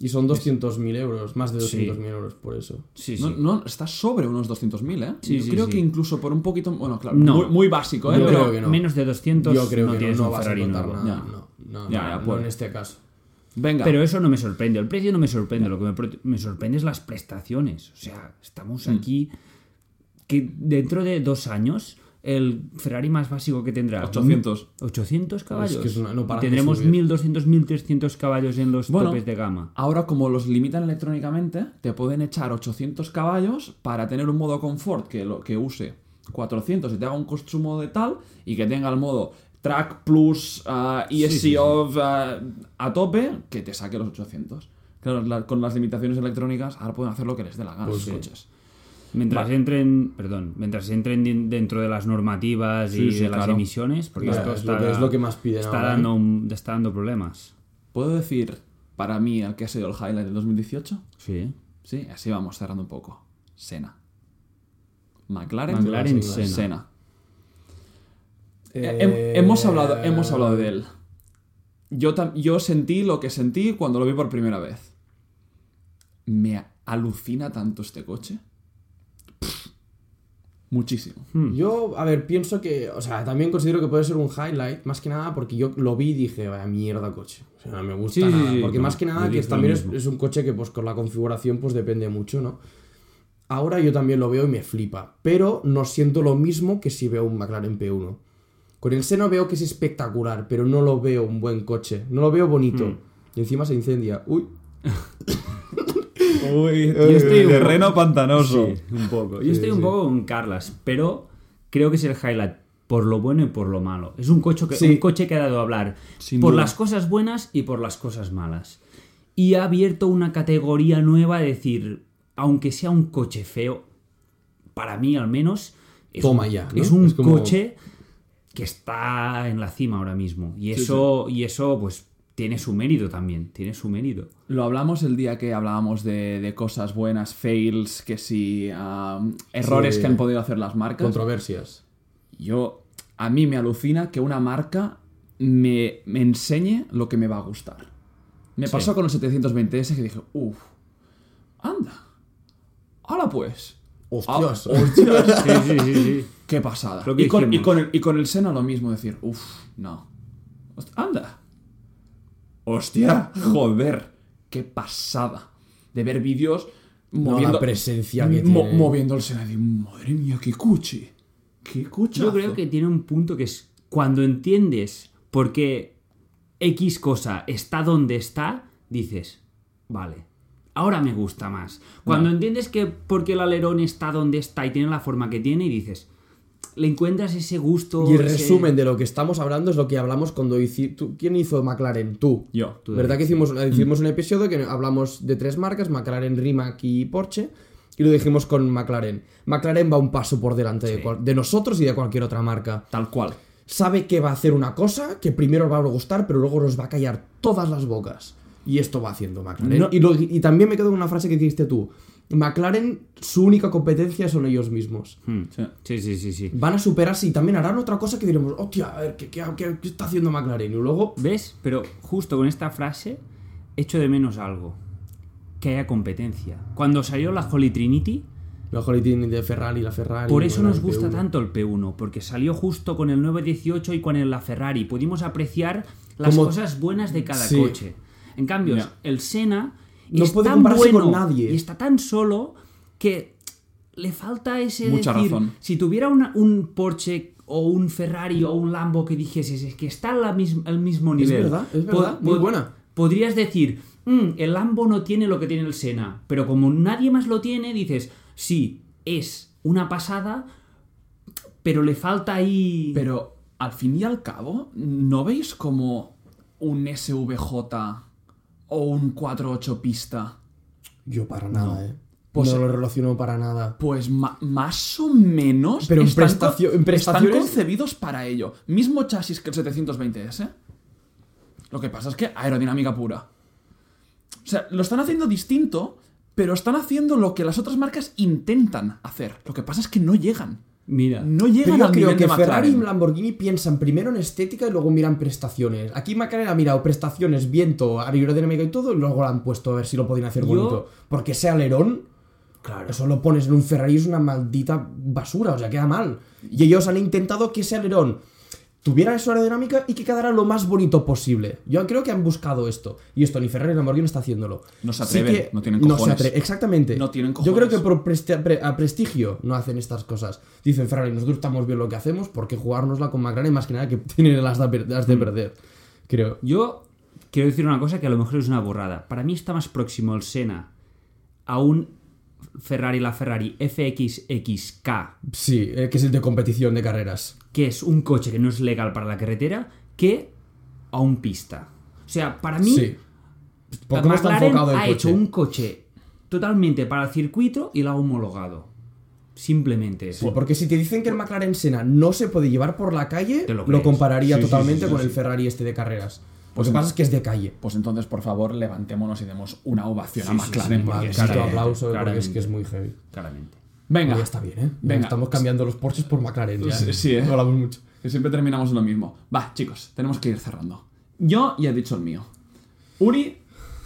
Speaker 2: Y son 200.000 euros, más de
Speaker 3: Sí.
Speaker 2: 200.000 euros por eso.
Speaker 3: Sí, sí.
Speaker 1: No, no, está sobre unos 200.000, ¿eh?
Speaker 3: Sí,
Speaker 1: Yo
Speaker 3: sí,
Speaker 1: creo
Speaker 3: sí.
Speaker 1: que incluso por un poquito. Bueno, claro.
Speaker 3: No.
Speaker 1: Muy, muy básico, ¿eh?
Speaker 2: Yo
Speaker 1: Pero
Speaker 2: creo que no.
Speaker 3: menos de 200
Speaker 2: Yo creo
Speaker 3: no
Speaker 2: que no,
Speaker 3: tienes
Speaker 2: no
Speaker 3: un
Speaker 2: vas a
Speaker 3: Ferrari
Speaker 2: notar
Speaker 3: nuevo.
Speaker 2: nada.
Speaker 1: Ya.
Speaker 2: No, no,
Speaker 1: Ya,
Speaker 2: no,
Speaker 1: ya,
Speaker 2: no
Speaker 1: pues.
Speaker 2: en este caso.
Speaker 1: venga.
Speaker 3: Pero eso no me sorprende. El precio no me sorprende. Lo que me, pro- me sorprende es las prestaciones. O sea,
Speaker 2: Mm.
Speaker 3: estamos aquí que dentro de dos años el Ferrari más básico que tendrá
Speaker 1: 800.
Speaker 3: 800 caballos.
Speaker 2: Es que es una- no para de
Speaker 3: Tendremos
Speaker 2: subir.
Speaker 3: 1200, 1300 caballos en los
Speaker 1: Bueno.
Speaker 3: topes de gama.
Speaker 1: Ahora, como los limitan electrónicamente, te pueden echar 800 caballos para tener un modo confort que, lo, que use 400 y te haga un consumo de tal y que tenga el modo track plus ah, ESC
Speaker 3: sí, sí.
Speaker 1: off ah, a tope que te saque los 800. Claro, la- con las limitaciones electrónicas ahora pueden hacer lo que les dé la gana a
Speaker 3: Pues
Speaker 1: los
Speaker 2: sí.
Speaker 1: coches.
Speaker 3: Mientras entren, perdón, mientras entren din- dentro de las normativas
Speaker 1: Sí,
Speaker 3: y
Speaker 1: sí,
Speaker 3: de las
Speaker 1: claro.
Speaker 3: emisiones, porque
Speaker 2: Claro,
Speaker 3: esto
Speaker 2: es
Speaker 3: está,
Speaker 2: lo que- es lo que ¿eh? más piden
Speaker 3: está
Speaker 2: ahora,
Speaker 3: dando, un- está dando problemas.
Speaker 1: ¿Puedo decir para mí el que ha sido el highlight del 2018?
Speaker 3: Sí.
Speaker 1: Sí, así vamos cerrando un poco. Sena. McLaren,
Speaker 3: McLaren,
Speaker 1: Senna.
Speaker 3: Senna.
Speaker 2: Eh,
Speaker 1: Eh, Hem- hemos, hablado, hemos hablado de él. Yo, tam- yo sentí lo que sentí cuando lo vi por primera vez. Me a- alucina tanto este coche. Pff, muchísimo.
Speaker 3: Mm.
Speaker 2: Yo, a ver, pienso que, o sea, también considero que puede ser un highlight, más que nada porque yo lo vi y dije, vaya mierda coche. O sea, no me gusta
Speaker 3: Sí, sí,
Speaker 2: nada.
Speaker 3: sí,
Speaker 2: porque
Speaker 3: no,
Speaker 2: más que
Speaker 3: yo
Speaker 2: nada que
Speaker 3: dije lo
Speaker 2: también es,
Speaker 3: mismo.
Speaker 2: es un coche que pues con la configuración pues depende mucho, ¿no? Ahora yo también lo veo y me flipa, pero no siento lo mismo que si veo un McLaren P1. Con el seno veo que es espectacular, pero no lo veo un buen coche, no lo veo bonito.
Speaker 3: Mm.
Speaker 2: Y encima se incendia. Uy,
Speaker 1: Uy,
Speaker 2: yo estoy un-
Speaker 1: terreno pantanoso.
Speaker 3: *laughs* un poco. Yo estoy un poco con Carlas, pero creo que es el highlight por lo bueno y por lo malo. Es un coche que,
Speaker 2: Sí.
Speaker 3: un coche que ha dado a hablar
Speaker 1: Sin
Speaker 3: por
Speaker 1: duda.
Speaker 3: las cosas buenas y por las cosas malas. y ha abierto una categoría nueva, es decir, aunque sea un coche feo, para mí al menos, es
Speaker 2: Toma
Speaker 3: un,
Speaker 2: ya, ¿no?
Speaker 3: es un
Speaker 2: Es como-
Speaker 3: coche que está en la cima ahora mismo. Y eso, y eso, pues, tiene su mérito también, tiene su mérito.
Speaker 1: Lo hablamos el día que hablábamos de, de cosas buenas, fails, que sí, ah, errores
Speaker 2: Sí.
Speaker 1: que han podido hacer las marcas.
Speaker 2: Controversias.
Speaker 1: Yo, a mí me alucina que una marca me, me enseñe lo que me va a gustar. Me pasó con el 720S que dije, uff, anda, hala
Speaker 3: *laughs*
Speaker 1: pues,
Speaker 3: Ah,
Speaker 2: Hostias.
Speaker 3: Sí, sí, sí, sí.
Speaker 1: qué pasada.
Speaker 3: Lo que
Speaker 1: Y con, y,
Speaker 3: dijimos.
Speaker 1: con el, y con el Sena lo mismo, decir, uff, no, Host- anda,
Speaker 3: *laughs*
Speaker 1: hostia, joder, qué pasada. De ver vídeos
Speaker 2: No,
Speaker 1: moviendo,
Speaker 2: la presencia que
Speaker 1: mo-
Speaker 2: tiene.
Speaker 1: moviendo el Sena, digo, madre mía, qué cuchi, qué cuchi.
Speaker 3: Yo creo que tiene un punto que es cuando entiendes por qué X cosa está donde está, dices, vale, ahora me gusta más. Cuando entiendes que por qué el alerón está donde está y tiene la forma que tiene, y dices, le encuentras ese gusto.
Speaker 2: Y el
Speaker 3: ese-
Speaker 2: resumen de lo que estamos hablando es lo que hablamos cuando hicimos... ¿Quién hizo McLaren? Tú.
Speaker 1: Yo.
Speaker 3: Tú,
Speaker 2: ¿Verdad
Speaker 3: David,
Speaker 2: que hicimos, hicimos un episodio que hablamos de tres marcas, McLaren, Rimac y Porsche? Y lo dijimos con McLaren. McLaren va un paso por delante de, cual- de nosotros y de cualquier otra marca.
Speaker 1: Tal cual.
Speaker 2: Sabe que va a hacer una cosa que primero va a gustar, pero luego nos va a callar todas las bocas. Y esto va haciendo McLaren.
Speaker 1: No-
Speaker 2: Y, lo- y también me quedo con una frase que dijiste tú. McLaren, su única competencia son ellos mismos.
Speaker 3: Hmm.
Speaker 1: Sí.
Speaker 3: Sí, sí, sí, sí.
Speaker 2: Van a superarse y también harán otra cosa que diremos, hostia, a ver, ¿qué, qué, qué- qué está haciendo McLaren? Y luego,
Speaker 3: ¿Ves? Pero justo con esta frase echo de menos algo. Que haya competencia. Cuando salió la Holy Trinity,
Speaker 2: la Holy Trinity de Ferrari, la Ferrari.
Speaker 3: Por eso
Speaker 2: la
Speaker 3: nos gusta
Speaker 2: LMP1.
Speaker 3: tanto el P1, porque salió justo con el 918 y con el la Ferrari. Pudimos apreciar las
Speaker 2: Como-
Speaker 3: cosas buenas de cada
Speaker 2: Sí.
Speaker 3: coche. En cambio,
Speaker 1: Ya.
Speaker 3: el Sena
Speaker 2: No
Speaker 3: es
Speaker 2: puede
Speaker 3: tan
Speaker 2: compararse
Speaker 3: bueno
Speaker 2: con nadie.
Speaker 3: y está tan solo que le falta ese
Speaker 1: Mucha
Speaker 3: decir,
Speaker 1: razón.
Speaker 3: si tuviera una- un Porsche o un Ferrari o un Lambo que dijeses es que está al el mismo nivel.
Speaker 2: verdad, es
Speaker 3: po-
Speaker 2: verdad, muy
Speaker 3: po-
Speaker 2: buena.
Speaker 3: Podrías decir, "Mm, el Lambo no tiene lo que tiene el Sena, pero como nadie más lo tiene, dices, sí, es una pasada, pero le falta ahí...
Speaker 1: Pero al fin y al cabo, ¿no veis como un SVJ o un 48 pista?
Speaker 2: Yo para nada, eh.
Speaker 1: Pues-
Speaker 2: no lo relaciono para nada.
Speaker 1: Pues ma- más o menos.
Speaker 2: Pero en
Speaker 1: están co-
Speaker 2: prestacio- en prestaciones-
Speaker 1: Están concebidos para ello. Mismo chasis que el 720S. Lo que pasa es que aerodinámica pura. O sea, lo están haciendo distinto, pero están haciendo lo que las otras marcas intentan hacer. Lo que pasa es que no llegan.
Speaker 3: Mira,
Speaker 1: No llegan
Speaker 2: Pero yo
Speaker 1: al
Speaker 2: creo
Speaker 1: nivel
Speaker 2: que
Speaker 1: de McLaren.
Speaker 2: Ferrari y Lamborghini piensan primero en estética y luego miran prestaciones. Aquí McLaren ha mirado prestaciones, viento, aerodinámica y todo, y luego lo han puesto a ver si lo podían hacer
Speaker 3: Yo-
Speaker 2: bonito. Porque ese alerón,
Speaker 3: claro.
Speaker 2: eso lo pones en un Ferrari, es una maldita basura, o sea, queda mal. Y ellos han intentado que ese alerón tuviera esa aerodinámica y que quedara lo más bonito posible. Yo creo que han buscado esto. Y esto ni Ferrari ni Lamborghini está haciéndolo.
Speaker 1: No se
Speaker 2: Sí
Speaker 1: atreven,
Speaker 2: que-
Speaker 1: no tienen
Speaker 2: se
Speaker 1: cojones.
Speaker 2: atre- Exactamente.
Speaker 1: No tienen
Speaker 2: Yo creo
Speaker 1: cojones.
Speaker 2: que por presti- pre- a prestigio no hacen estas cosas. Dicen Ferrari, nosotros estamos bien lo que hacemos, porque jugárnosla con McLaren más que nada que tienen las de, per- las
Speaker 1: Mm.
Speaker 2: de perder. Creo.
Speaker 3: Yo quiero decir una cosa que a lo mejor es una borrada. Para mí está más próximo el Sena a un Ferrari la Ferrari FXXK,
Speaker 2: Sí, eh, que es el de competición de carreras.
Speaker 3: que es un coche que no es legal para la carretera, que a un pista. O sea, para mí,
Speaker 2: Sí. ¿Por qué no está
Speaker 3: McLaren
Speaker 2: enfocado el
Speaker 3: ha
Speaker 2: coche?
Speaker 3: hecho un coche totalmente para el circuito y lo ha homologado. Simplemente.
Speaker 2: Sí, porque si te dicen que el McLaren Senna no se puede llevar por la calle,
Speaker 3: Te lo
Speaker 2: lo,
Speaker 3: crees.
Speaker 2: compararía
Speaker 1: Sí, sí,
Speaker 2: totalmente
Speaker 1: sí, sí,
Speaker 2: con
Speaker 1: sí.
Speaker 2: el Ferrari este de carreras.
Speaker 1: Pues
Speaker 2: lo que
Speaker 1: no.
Speaker 2: pasa es que es de calle.
Speaker 1: Pues entonces, por favor, levantémonos y demos una ovación
Speaker 3: Sí,
Speaker 1: a
Speaker 3: sí,
Speaker 1: McLaren.
Speaker 3: sí,
Speaker 1: porque
Speaker 2: Vale,
Speaker 1: es
Speaker 2: claro,
Speaker 1: que-
Speaker 2: aplauso, porque es
Speaker 3: claramente.
Speaker 2: que es muy heavy.
Speaker 3: Claramente.
Speaker 1: Venga.
Speaker 2: Ya está bien, ¿eh?
Speaker 1: Venga.
Speaker 2: Estamos cambiando los Porsches por McLaren. Ya.
Speaker 1: Sí, sí, ¿eh?
Speaker 2: No hablamos mucho.
Speaker 1: Que siempre terminamos en lo mismo. Va, chicos, tenemos que ir cerrando. Yo ya he dicho el mío. Uri,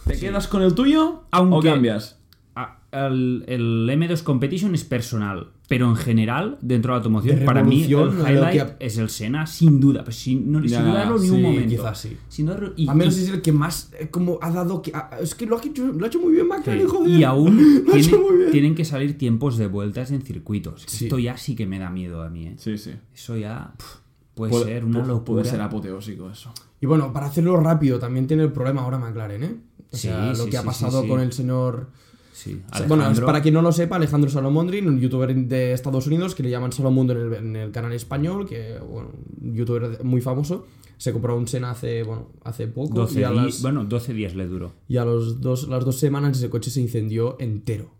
Speaker 1: ¿te quedas con el tuyo
Speaker 3: Aunque-
Speaker 1: o cambias?
Speaker 3: Ah, El, el M2 Competition es personal, pero en general, dentro de la automoción,
Speaker 2: De
Speaker 3: para mí el
Speaker 2: revolución, lo
Speaker 3: highlight
Speaker 2: que ha-
Speaker 3: es el Sena, sin duda, pues sin, no,
Speaker 1: Ya,
Speaker 3: sin dudarlo ni un
Speaker 2: sí,
Speaker 3: momento.
Speaker 2: quizás sí.
Speaker 3: Sin dudarlo- y,
Speaker 2: A menos
Speaker 3: y-
Speaker 2: es el que más eh, como ha dado que ha- es que lo ha hecho, lo ha hecho muy bien McLaren,
Speaker 3: sí.
Speaker 2: joder.
Speaker 3: Y aún
Speaker 2: *laughs* lo ha hecho
Speaker 3: tiene-
Speaker 2: muy bien.
Speaker 3: tienen que salir tiempos de vueltas en circuitos.
Speaker 2: Sí.
Speaker 3: Esto ya sí que me da miedo a mí. ¿eh?
Speaker 1: Sí, sí.
Speaker 3: Eso ya pf, puede, ser una
Speaker 1: pu-
Speaker 3: locura.
Speaker 1: Puede ser apoteósico eso.
Speaker 2: Y bueno, para hacerlo rápido, también tiene el problema ahora McLaren, ¿eh? O
Speaker 3: Sí,
Speaker 2: sea, lo
Speaker 3: sí,
Speaker 2: que ha
Speaker 3: sí,
Speaker 2: pasado
Speaker 3: sí, sí.
Speaker 2: con el señor
Speaker 3: Sí,
Speaker 2: O sea, Bueno, es
Speaker 3: Alejandro.
Speaker 2: para quien no lo sepa, Alejandro Salomondri, un youtuber de Estados Unidos que le llaman Salomundo en el, en el canal español, que, bueno, un youtuber de- muy famoso, se compró un Sena hace, bueno, hace poco
Speaker 3: 12
Speaker 2: y a,
Speaker 3: di-
Speaker 2: las,
Speaker 3: Bueno, 12 días le duró.
Speaker 2: y a los dos, las dos semanas ese coche se incendió entero.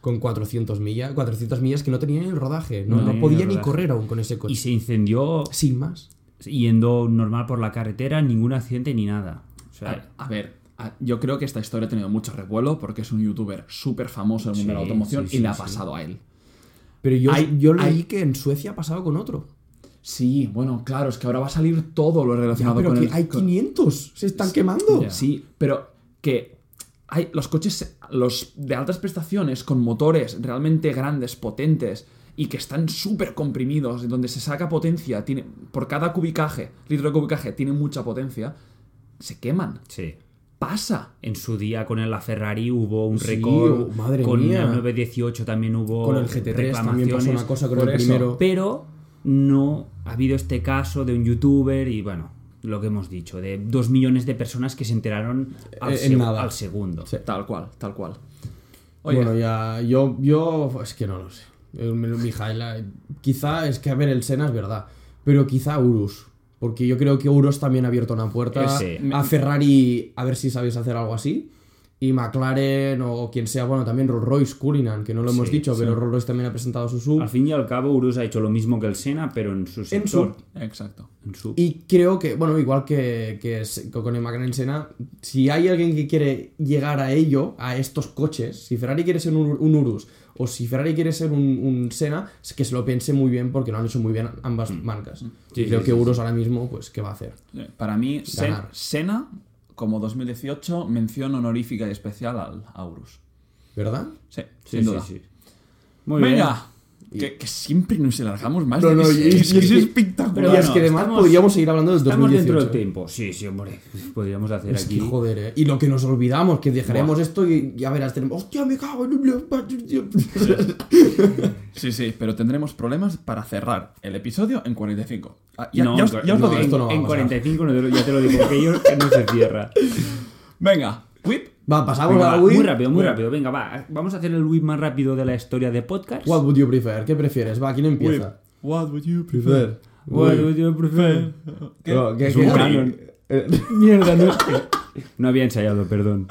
Speaker 2: Con 400 millas, 400 millas que no tenía ni el rodaje, no,
Speaker 3: No
Speaker 2: no
Speaker 3: tenía ni
Speaker 2: podía
Speaker 3: el
Speaker 2: ni
Speaker 3: rodaje.
Speaker 2: correr aún con ese coche.
Speaker 3: Y se incendió
Speaker 2: Sin más.
Speaker 3: yendo normal por la carretera, ningún accidente ni nada. O
Speaker 2: Ah.
Speaker 3: sea,
Speaker 1: A, a ver, a- yo creo que esta historia ha tenido mucho revuelo porque es un youtuber súper famoso en el mundo de
Speaker 3: Sí,
Speaker 1: la automoción
Speaker 3: sí,
Speaker 1: y
Speaker 3: sí,
Speaker 1: le ha
Speaker 3: sí.
Speaker 1: pasado a él.
Speaker 2: Pero yo,
Speaker 1: Hay-
Speaker 2: yo leí
Speaker 1: hay-
Speaker 2: que en Suecia ha pasado con otro.
Speaker 1: Sí, bueno, claro, es que ahora va a salir todo lo
Speaker 2: Ya,
Speaker 1: relacionado
Speaker 2: pero
Speaker 1: con
Speaker 2: que
Speaker 1: el-
Speaker 2: hay
Speaker 1: con-
Speaker 2: 500, se están quemando.
Speaker 3: Ya.
Speaker 1: Sí, pero que hay los coches los de altas prestaciones con motores realmente grandes, potentes y que están súper comprimidos, y donde se saca potencia, tiene por cada cubicaje, litro de cubicaje tiene mucha potencia, se queman.
Speaker 3: sí.
Speaker 1: Pasa.
Speaker 3: En su día con la Ferrari hubo un
Speaker 2: Sí, oh,
Speaker 3: récord.
Speaker 2: madre
Speaker 3: con
Speaker 2: mía.
Speaker 3: el 918 también hubo
Speaker 2: Con el GT3 también pasó
Speaker 3: reclamaciones.
Speaker 2: una cosa con
Speaker 1: por
Speaker 2: el
Speaker 1: eso,
Speaker 2: primero.
Speaker 3: Pero no ha habido este caso de un youtuber y bueno, lo que hemos dicho, de dos millones de personas que se enteraron al,
Speaker 2: Eh, en
Speaker 3: seg-
Speaker 2: nada.
Speaker 3: al segundo.
Speaker 2: Sí.
Speaker 1: Tal cual, tal cual. Oye,
Speaker 2: Bueno, ya, yo, yo, es que no lo sé. Eh, me lo- Mijaela, quizá, es que a ver, el Sena es verdad, pero quizá Urus. Porque yo creo que Urus también ha abierto una puerta
Speaker 3: Ese.
Speaker 2: a Ferrari, a ver si sabéis hacer algo así. Y McLaren o quien sea, bueno, también Rolls Royce, Cullinan, que no lo hemos
Speaker 3: Sí,
Speaker 2: dicho, pero Rolls Royce también ha presentado su sub.
Speaker 3: Al fin y al cabo, Urus ha hecho lo mismo que el Sena, pero en su sector.
Speaker 2: sub.
Speaker 1: exacto.
Speaker 3: En su...
Speaker 2: Y creo que, bueno, igual que, que se- con el McLaren Senna, si hay alguien que quiere llegar a ello, a estos coches, si Ferrari quiere ser un, un Urus o si Ferrari quiere ser un, un Senna, es que se lo piense muy bien porque lo han hecho muy bien ambas marcas.
Speaker 3: Mm. Sí,
Speaker 2: creo
Speaker 3: sí,
Speaker 2: que
Speaker 3: sí,
Speaker 2: Urus ahora mismo, pues, ¿qué va a hacer?
Speaker 1: Eh, Para mí, Sen-
Speaker 2: Ganar.
Speaker 1: Senna, como 2018, mención honorífica y especial al Aurus.
Speaker 2: ¿Verdad?
Speaker 1: Sí,
Speaker 3: Sí,
Speaker 1: sin
Speaker 3: sí,
Speaker 1: duda.
Speaker 3: sí. Muy bien.
Speaker 1: Venga, que, que siempre nos alargamos más.
Speaker 2: No,
Speaker 1: de-
Speaker 2: no,
Speaker 1: es,
Speaker 2: y-
Speaker 1: es que
Speaker 2: y-
Speaker 1: es
Speaker 2: y-
Speaker 1: espectacular.
Speaker 3: Pero
Speaker 2: y es
Speaker 3: bueno,
Speaker 2: que además
Speaker 3: estamos-
Speaker 2: podríamos seguir hablando del
Speaker 3: Estamos dentro del
Speaker 2: 2018.
Speaker 3: tiempo. Sí, sí, hombre. *laughs* Podríamos hacer
Speaker 2: Es que
Speaker 3: aquí.
Speaker 2: joder, ¿eh? Y lo que nos olvidamos, que dejaremos esto y ya verás, tenemos. ¡Hostia, me cago en
Speaker 3: *laughs*
Speaker 2: un.
Speaker 1: Sí, sí, pero tendremos problemas para cerrar el episodio en 45. Ah, ya,
Speaker 3: No,
Speaker 1: ya os,
Speaker 3: en-
Speaker 1: ya os lo
Speaker 2: no,
Speaker 1: digo.
Speaker 2: esto no va a
Speaker 3: en
Speaker 2: pasar.
Speaker 3: 45 no te lo- ya te lo digo, que
Speaker 2: *laughs*
Speaker 3: yo no se cierra.
Speaker 1: Venga, whip.
Speaker 2: Va, pasamos
Speaker 3: Venga,
Speaker 2: a
Speaker 3: va,
Speaker 2: la
Speaker 3: muy
Speaker 2: Wii.
Speaker 3: rápido, muy rápido. Venga, va. Vamos a hacer el whip más rápido de la historia de podcast.
Speaker 2: What would you prefer? ¿Qué prefieres? Va, ¿quién
Speaker 1: Whip.
Speaker 2: empieza?
Speaker 1: What would you
Speaker 2: Prefer.
Speaker 3: What would you prefer?
Speaker 1: ¿Qué?
Speaker 2: No, que-
Speaker 3: Es
Speaker 2: que-
Speaker 3: un
Speaker 2: que-
Speaker 3: canon.
Speaker 2: eh,
Speaker 3: *laughs* Mierda, no. No había ensayado, perdón.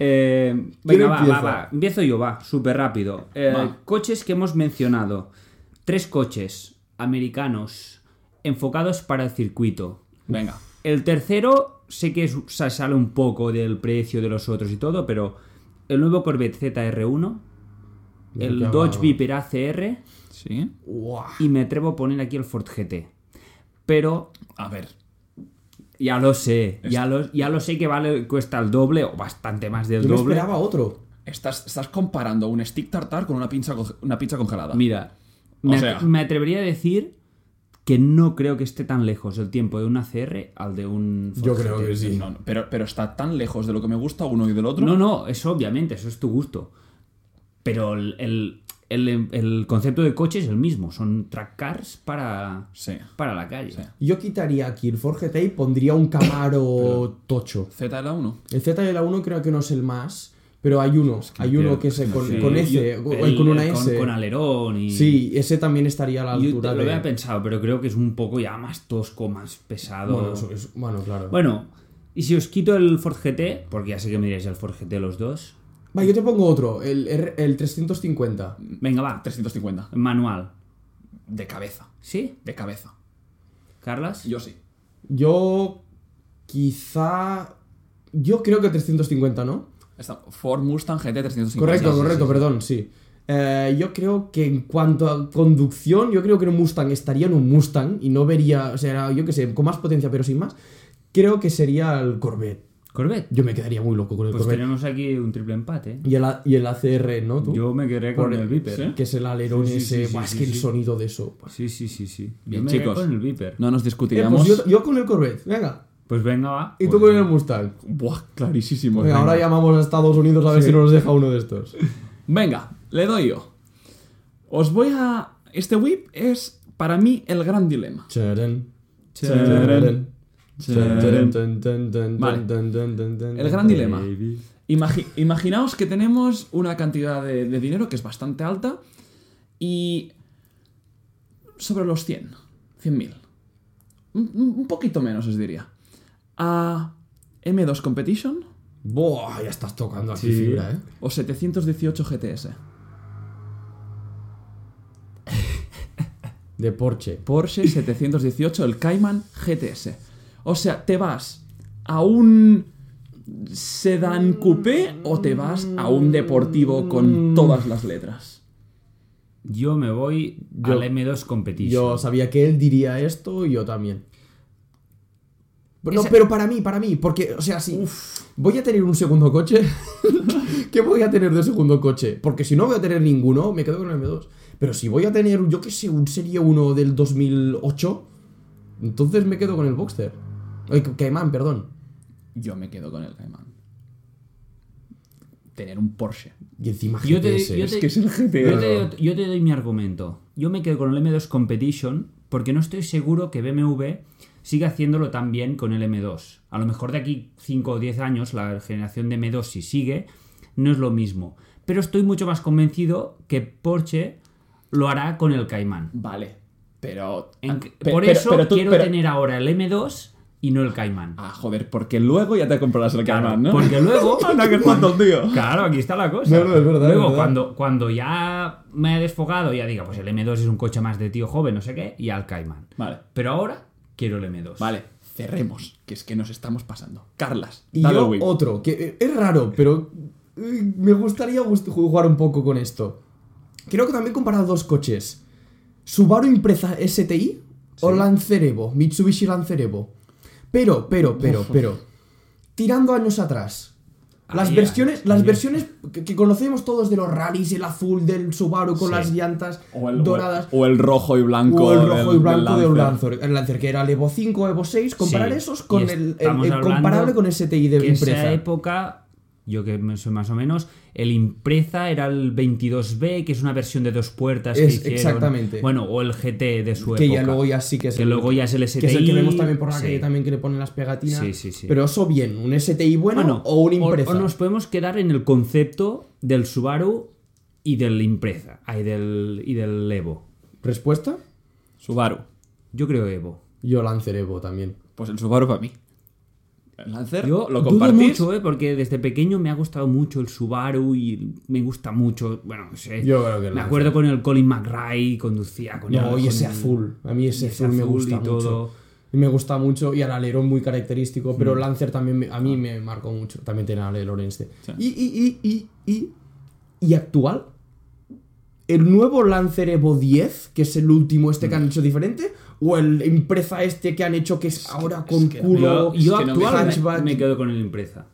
Speaker 3: Eh, venga, va, va,
Speaker 2: empieza?
Speaker 3: va. Empiezo yo, va, súper rápido. Eh,
Speaker 1: Va.
Speaker 3: Coches que hemos mencionado. Tres coches americanos enfocados para el circuito.
Speaker 1: Venga.
Speaker 3: El tercero sé que es- se sale un poco del precio de los otros y todo, pero el nuevo Corvette ZR1, el
Speaker 2: Ya,
Speaker 3: Dodge
Speaker 2: va.
Speaker 3: Viper ACR
Speaker 1: Sí.
Speaker 2: Guau.
Speaker 3: y me atrevo a poner aquí el Ford GT. Pero
Speaker 1: A ver.
Speaker 3: ya lo sé, ya lo, ya lo sé que vale cuesta el doble o bastante más del
Speaker 2: Yo me
Speaker 3: doble.
Speaker 2: esperaba otro.
Speaker 1: Estás, estás comparando un stick tartar con una pinza, conge- una pizza congelada.
Speaker 3: Mira,
Speaker 1: O
Speaker 3: me, at-
Speaker 1: sea.
Speaker 3: me atrevería a decir que no creo que esté tan lejos el tiempo de un ACR al de un Ford
Speaker 2: Yo creo que sí.
Speaker 1: No, no, pero, pero está tan lejos de lo que me gusta uno y del otro.
Speaker 3: No, no, eso obviamente, eso es tu gusto. Pero el, el- el- el concepto de coche es el mismo, son track cars para,
Speaker 1: Sí.
Speaker 3: para la calle.
Speaker 1: Sí.
Speaker 2: Yo quitaría aquí el Ford GT y pondría un Camaro tocho.
Speaker 1: ZL1.
Speaker 2: El ZL1 creo que no es el más, pero hay uno. hay uno
Speaker 1: creo
Speaker 2: que es
Speaker 1: que no
Speaker 2: con,
Speaker 1: sé.
Speaker 2: con
Speaker 3: Yo-
Speaker 2: S,
Speaker 3: el-
Speaker 2: o- el con una S.
Speaker 3: Con, alerón y...
Speaker 2: Sí, ese también estaría a la
Speaker 3: Yo
Speaker 2: altura
Speaker 3: te- lo
Speaker 2: de...
Speaker 3: había pensado, pero creo que es un poco ya más tosco, más pesado.
Speaker 2: bueno, eso es- bueno, claro.
Speaker 3: Bueno, y si os quito el Ford GT, porque ya sé que me diréis el Ford GT los dos.
Speaker 2: Va, yo te pongo otro, el, R- el 350.
Speaker 3: Venga, va,
Speaker 1: 350.
Speaker 3: manual.
Speaker 1: De cabeza.
Speaker 3: ¿Sí?
Speaker 1: De cabeza.
Speaker 3: ¿Carlas?
Speaker 1: Yo sí.
Speaker 2: Yo quizá... Yo creo que 350, ¿no?
Speaker 1: Está Ford Mustang GT 350.
Speaker 2: Correcto,
Speaker 1: Sí, sí,
Speaker 2: correcto,
Speaker 1: sí, sí.
Speaker 2: perdón, sí. Eh, yo creo que en cuanto a conducción, yo creo que en un Mustang estaría en un Mustang y no vería, o sea, yo qué sé, con más potencia pero sin más. Creo que sería el Corvette.
Speaker 3: Corvette.
Speaker 2: Yo me quedaría muy loco con el
Speaker 3: Pues
Speaker 2: Corvette.
Speaker 3: tenemos aquí un triple empate. ¿eh?
Speaker 2: Y el, A- y el ACR, ¿no? Tú?
Speaker 3: Yo me quedaré
Speaker 2: Por
Speaker 3: con el
Speaker 2: el-
Speaker 3: Viper.
Speaker 1: sí.
Speaker 3: ¿eh?
Speaker 2: Que es el alerón
Speaker 3: Sí, sí, sí,
Speaker 2: ese.
Speaker 3: sí,
Speaker 2: Buah, es
Speaker 3: sí,
Speaker 2: que el
Speaker 3: sí.
Speaker 2: sonido de eso. pues.
Speaker 3: Sí, sí, sí, sí.
Speaker 1: Bien,
Speaker 3: Yo me quedaré
Speaker 1: chicos.
Speaker 3: con el Viper.
Speaker 1: No nos
Speaker 2: Eh,
Speaker 1: discutiremos.
Speaker 2: pues yo, yo con el Corvette, venga.
Speaker 3: Pues venga, Pues va.
Speaker 2: Y tú con el Mustang.
Speaker 1: Buah, clarísimo.
Speaker 2: Venga, ahora llamamos a Estados Unidos a ver si nos deja uno de estos.
Speaker 1: Venga, le doy yo. Os voy a. Este whip es para mí el gran dilema.
Speaker 2: Cheren,
Speaker 1: Cheren,
Speaker 2: cheren,
Speaker 1: cheren.
Speaker 2: cheren, ten, ten, ten,
Speaker 1: Vale.
Speaker 2: ten, ten, ten, ten,
Speaker 1: El
Speaker 2: ten.
Speaker 1: gran dilema. Imagi- imaginaos que tenemos una cantidad de, de dinero que es bastante alta y sobre los 100, 100.000. Un, un poquito menos, os diría. A M2 Competition
Speaker 2: Buah, ya estás tocando aquí
Speaker 3: Sí.
Speaker 2: fibra, ¿eh?
Speaker 1: o 718 GTS.
Speaker 2: De Porsche.
Speaker 1: Porsche 718, el Cayman GTS. O sea, te vas a un sedán coupé o te vas a un deportivo con todas las letras.
Speaker 3: Yo me voy
Speaker 2: Yo-
Speaker 3: al M2 Competition.
Speaker 2: Yo sabía que él diría esto y yo también. Pero No,
Speaker 3: Ese-
Speaker 2: pero para mí, para mí, porque, o sea, si voy a tener un segundo coche, *laughs* ¿qué voy a tener de segundo coche? Porque si no voy a tener ninguno, me quedo con el M2. Pero si voy a tener, yo qué sé, un Serie 1 del 2008, entonces me quedo con el Boxster. Ay, Ca- Caimán, perdón.
Speaker 1: Yo me quedo con el Cayman. Tener un Porsche.
Speaker 2: Y encima
Speaker 3: Yo te-
Speaker 2: GTS.
Speaker 3: yo
Speaker 1: Es
Speaker 3: te-
Speaker 1: que es el
Speaker 3: Yo
Speaker 1: GTS.
Speaker 3: te, doy- yo te doy mi argumento. Yo me quedo con el M2 Competition porque no estoy seguro que BMW siga haciéndolo tan bien con el M2. A lo mejor de aquí 5 o 10 años, la generación de M2, si sigue, no es lo mismo. Pero estoy mucho más convencido que Porsche lo hará con el Cayman.
Speaker 1: Vale, pero...
Speaker 3: En-
Speaker 1: Ah, pe-
Speaker 3: por
Speaker 1: pero-
Speaker 3: eso
Speaker 1: pero tú-
Speaker 3: quiero
Speaker 1: pero-
Speaker 3: tener ahora el M2 y no el Cayman.
Speaker 1: Ah, joder, porque luego ya te comprarás el Cayman, ¿no?
Speaker 3: Porque
Speaker 1: *laughs*
Speaker 3: luego.
Speaker 1: Anda, qué tonto, tío.
Speaker 3: Claro, aquí está la cosa.
Speaker 2: No, no, es verdad, es
Speaker 3: Luego,
Speaker 2: verdad.
Speaker 3: Cuando, cuando ya me he desfogado, ya diga, pues el M2 es un coche más de tío joven, no sé qué, y al Cayman.
Speaker 1: Vale,
Speaker 3: Pero ahora quiero el M2.
Speaker 1: vale, cerremos, que es que nos estamos pasando. Carlas,
Speaker 2: Y
Speaker 1: dale
Speaker 2: yo
Speaker 1: al win.
Speaker 2: otro, que eh, es raro, pero eh, me gustaría gust- jugar un poco con esto. Creo que también he comparado dos coches. Subaru Impreza STI o Lancer Evo, Mitsubishi Lancer Evo. Pero, pero, pero, pero, tirando años atrás. Las
Speaker 3: Ahí,
Speaker 2: versiones,
Speaker 3: ahí,
Speaker 2: las
Speaker 3: ahí.
Speaker 2: versiones que, que conocemos todos de los rallies, el azul del Subaru con
Speaker 3: Sí.
Speaker 2: las llantas
Speaker 1: O el,
Speaker 2: doradas.
Speaker 1: O el rojo y blanco.
Speaker 2: O el rojo y
Speaker 1: del-
Speaker 2: blanco
Speaker 1: del
Speaker 2: del
Speaker 1: Lancer.
Speaker 2: Lancer. El Lancer, que era el Evo 5, Evo 6. Comparar
Speaker 3: Sí,
Speaker 2: esos con
Speaker 3: y
Speaker 2: el, el-
Speaker 3: estamos
Speaker 2: el
Speaker 3: hablando
Speaker 2: comparable con STI de
Speaker 3: que esa
Speaker 2: empresa.
Speaker 3: época, yo que me- soy más o menos, el Impreza era el 22B, que es una versión de dos puertas
Speaker 2: Es-
Speaker 3: que hicieron.
Speaker 2: exactamente.
Speaker 3: Bueno, o el GT de su
Speaker 2: Que
Speaker 3: época.
Speaker 2: ya luego ya sí que es
Speaker 3: que luego ya es el STI.
Speaker 2: que es el que vemos también por la
Speaker 3: sí.
Speaker 2: calle también que le ponen las pegatinas.
Speaker 3: Sí, sí, sí.
Speaker 2: Pero eso bien, un STI bueno,
Speaker 3: Bueno,
Speaker 2: o un impresa.
Speaker 3: O, nos podemos quedar en el concepto del Subaru y del Impreza. ay, del, y del Evo.
Speaker 2: ¿Respuesta?
Speaker 1: Subaru.
Speaker 3: Yo creo Evo.
Speaker 2: Yo Lancer Evo también.
Speaker 1: Pues el Subaru para mí. El Lancer
Speaker 2: *laughs*
Speaker 3: Yo
Speaker 1: lo
Speaker 3: dudo
Speaker 1: compartís.
Speaker 3: mucho, ¿eh? porque desde pequeño me ha gustado mucho el Subaru y me gusta mucho. Bueno, no sé.
Speaker 2: Yo creo que
Speaker 3: Me
Speaker 2: Lancer.
Speaker 3: acuerdo con el Colin McRae, conducía con
Speaker 2: No,
Speaker 3: el-
Speaker 2: y ese
Speaker 3: con el-
Speaker 2: azul. A mí ese,
Speaker 3: ese
Speaker 2: azul, me
Speaker 3: azul
Speaker 2: gusta
Speaker 3: y
Speaker 2: mucho.
Speaker 3: todo.
Speaker 2: Y me gusta mucho y el alerón muy característico, pero Lancer también me- a mí me marcó mucho. También tiene alerón este.
Speaker 1: Sí.
Speaker 2: Y, y, y, y, y, y actual. ¿El nuevo Lancer Evo 10, que es el último este que han hecho diferente? ¿O el Impreza este que han hecho que es, ahora con
Speaker 1: que-
Speaker 2: culo?
Speaker 3: Yo, yo
Speaker 1: Es que no me-
Speaker 3: actual me-
Speaker 2: hatchback?
Speaker 3: me quedo con el Impreza.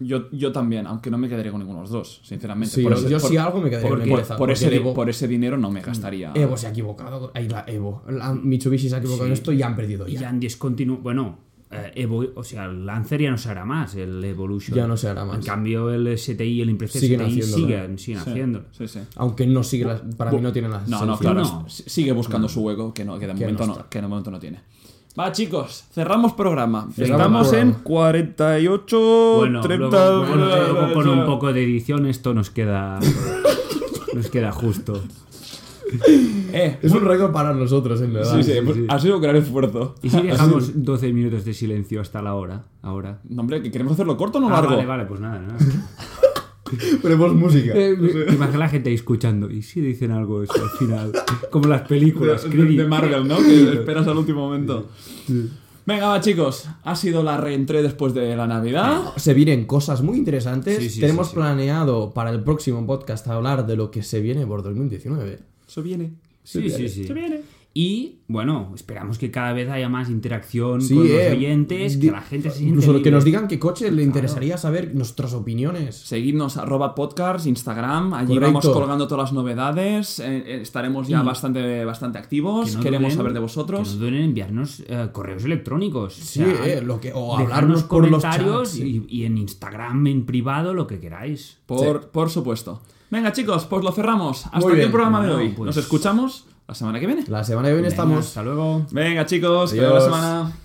Speaker 1: Yo, yo también, aunque no me quedaría con ninguno de los dos, sinceramente.
Speaker 2: Sí,
Speaker 1: por
Speaker 2: yo-
Speaker 1: ese,
Speaker 2: yo
Speaker 1: por-
Speaker 2: sí algo me quedaría
Speaker 1: por-
Speaker 2: con
Speaker 1: por-
Speaker 2: Impreza,
Speaker 1: por
Speaker 2: porque
Speaker 1: ese,
Speaker 2: el
Speaker 1: di-
Speaker 2: Evo-
Speaker 1: por ese dinero no me gastaría.
Speaker 2: Evo se ha equivocado. Ahí la Evo. La Mitsubishi se ha equivocado en esto y han perdido
Speaker 3: Y
Speaker 2: ya.
Speaker 3: han discontinuado. Bueno, eh, Evo- o sea, el Lancer ya no se hará más, el Evolution.
Speaker 2: Ya no se hará más.
Speaker 3: En cambio, el STI, el Impresa
Speaker 2: Siguen
Speaker 3: STI
Speaker 2: haciéndolo. eh.
Speaker 3: siguen, siguen
Speaker 1: Sí,
Speaker 3: haciéndolo.
Speaker 1: Sí, sí.
Speaker 2: Aunque no sigue las- para mí no tienen las
Speaker 1: No, no,
Speaker 2: esencias.
Speaker 1: claro.
Speaker 3: No.
Speaker 1: s- Sigue buscando su hueco que, no, que, de
Speaker 2: Ah, Que
Speaker 1: momento
Speaker 2: no
Speaker 1: no, que de momento no tiene. Va, chicos, cerramos programa.
Speaker 2: Cerramos
Speaker 1: Estamos
Speaker 2: programa.
Speaker 1: en 48,
Speaker 3: Bueno,
Speaker 1: 30.
Speaker 3: luego, bueno, luego con un poco de edición esto
Speaker 2: *laughs*
Speaker 3: nos queda. nos queda justo.
Speaker 1: Eh,
Speaker 2: Es un récord para nosotros, en verdad.
Speaker 1: sí, sí, pues ha sido un gran esfuerzo.
Speaker 3: ¿Y
Speaker 1: *laughs*
Speaker 3: si dejamos 12 minutos de silencio hasta la hora? Ahora.
Speaker 1: No, hombre, que queremos hacerlo corto o no
Speaker 3: Ah,
Speaker 1: largo.
Speaker 3: vale, vale, pues nada,
Speaker 2: *laughs*
Speaker 3: nada.
Speaker 2: Ponemos música.
Speaker 3: ah. Eh, me- te imaginas la gente ahí escuchando. ¿Y si dicen algo eso al final? *laughs* Como las películas,
Speaker 1: de,
Speaker 3: Creed.
Speaker 1: de Marvel, ¿no? Que esperas al último momento. Venga, va, chicos. Ha sido la reentré después de la Navidad.
Speaker 2: Se vienen cosas muy interesantes.
Speaker 3: Sí, sí,
Speaker 2: Tenemos
Speaker 3: sí, sí.
Speaker 2: planeado para el próximo podcast hablar de lo que se viene por 2019.
Speaker 1: Se viene.
Speaker 3: Sí, sí, sí. Y bueno, esperamos que cada vez haya más interacción
Speaker 2: Sí,
Speaker 3: con
Speaker 2: eh,
Speaker 3: los oyentes,
Speaker 2: di-
Speaker 3: que la gente se siente
Speaker 2: Incluso que
Speaker 3: libre.
Speaker 2: nos digan qué coche le interesaría saber nuestras opiniones.
Speaker 1: Seguidnos arroba podcast, Instagram. Allí
Speaker 2: Correcto.
Speaker 1: vamos colgando todas las novedades. eh, eh, estaremos ya bastante, bastante
Speaker 3: Mm. Que
Speaker 1: activos.
Speaker 3: no
Speaker 1: Queremos
Speaker 3: duden-
Speaker 1: saber de
Speaker 3: Que
Speaker 1: vosotros.
Speaker 3: no duden en enviarnos eh, correos electrónicos.
Speaker 2: Sí, eh, lo que- o
Speaker 3: dejadnos
Speaker 2: hablarnos por los
Speaker 3: comentarios
Speaker 2: chats, sí.
Speaker 3: y, y en Instagram, en privado, lo que queráis.
Speaker 1: Por, por supuesto. Venga, chicos, pues lo cerramos. Hasta aquí
Speaker 2: bien.
Speaker 1: el programa de
Speaker 3: Bueno,
Speaker 1: hoy.
Speaker 3: pues-
Speaker 1: Nos escuchamos la semana que viene.
Speaker 2: La semana que viene
Speaker 3: Venga,
Speaker 2: estamos.
Speaker 3: Hasta luego.
Speaker 1: Venga, chicos, que vaya la
Speaker 2: Adiós.
Speaker 1: semana.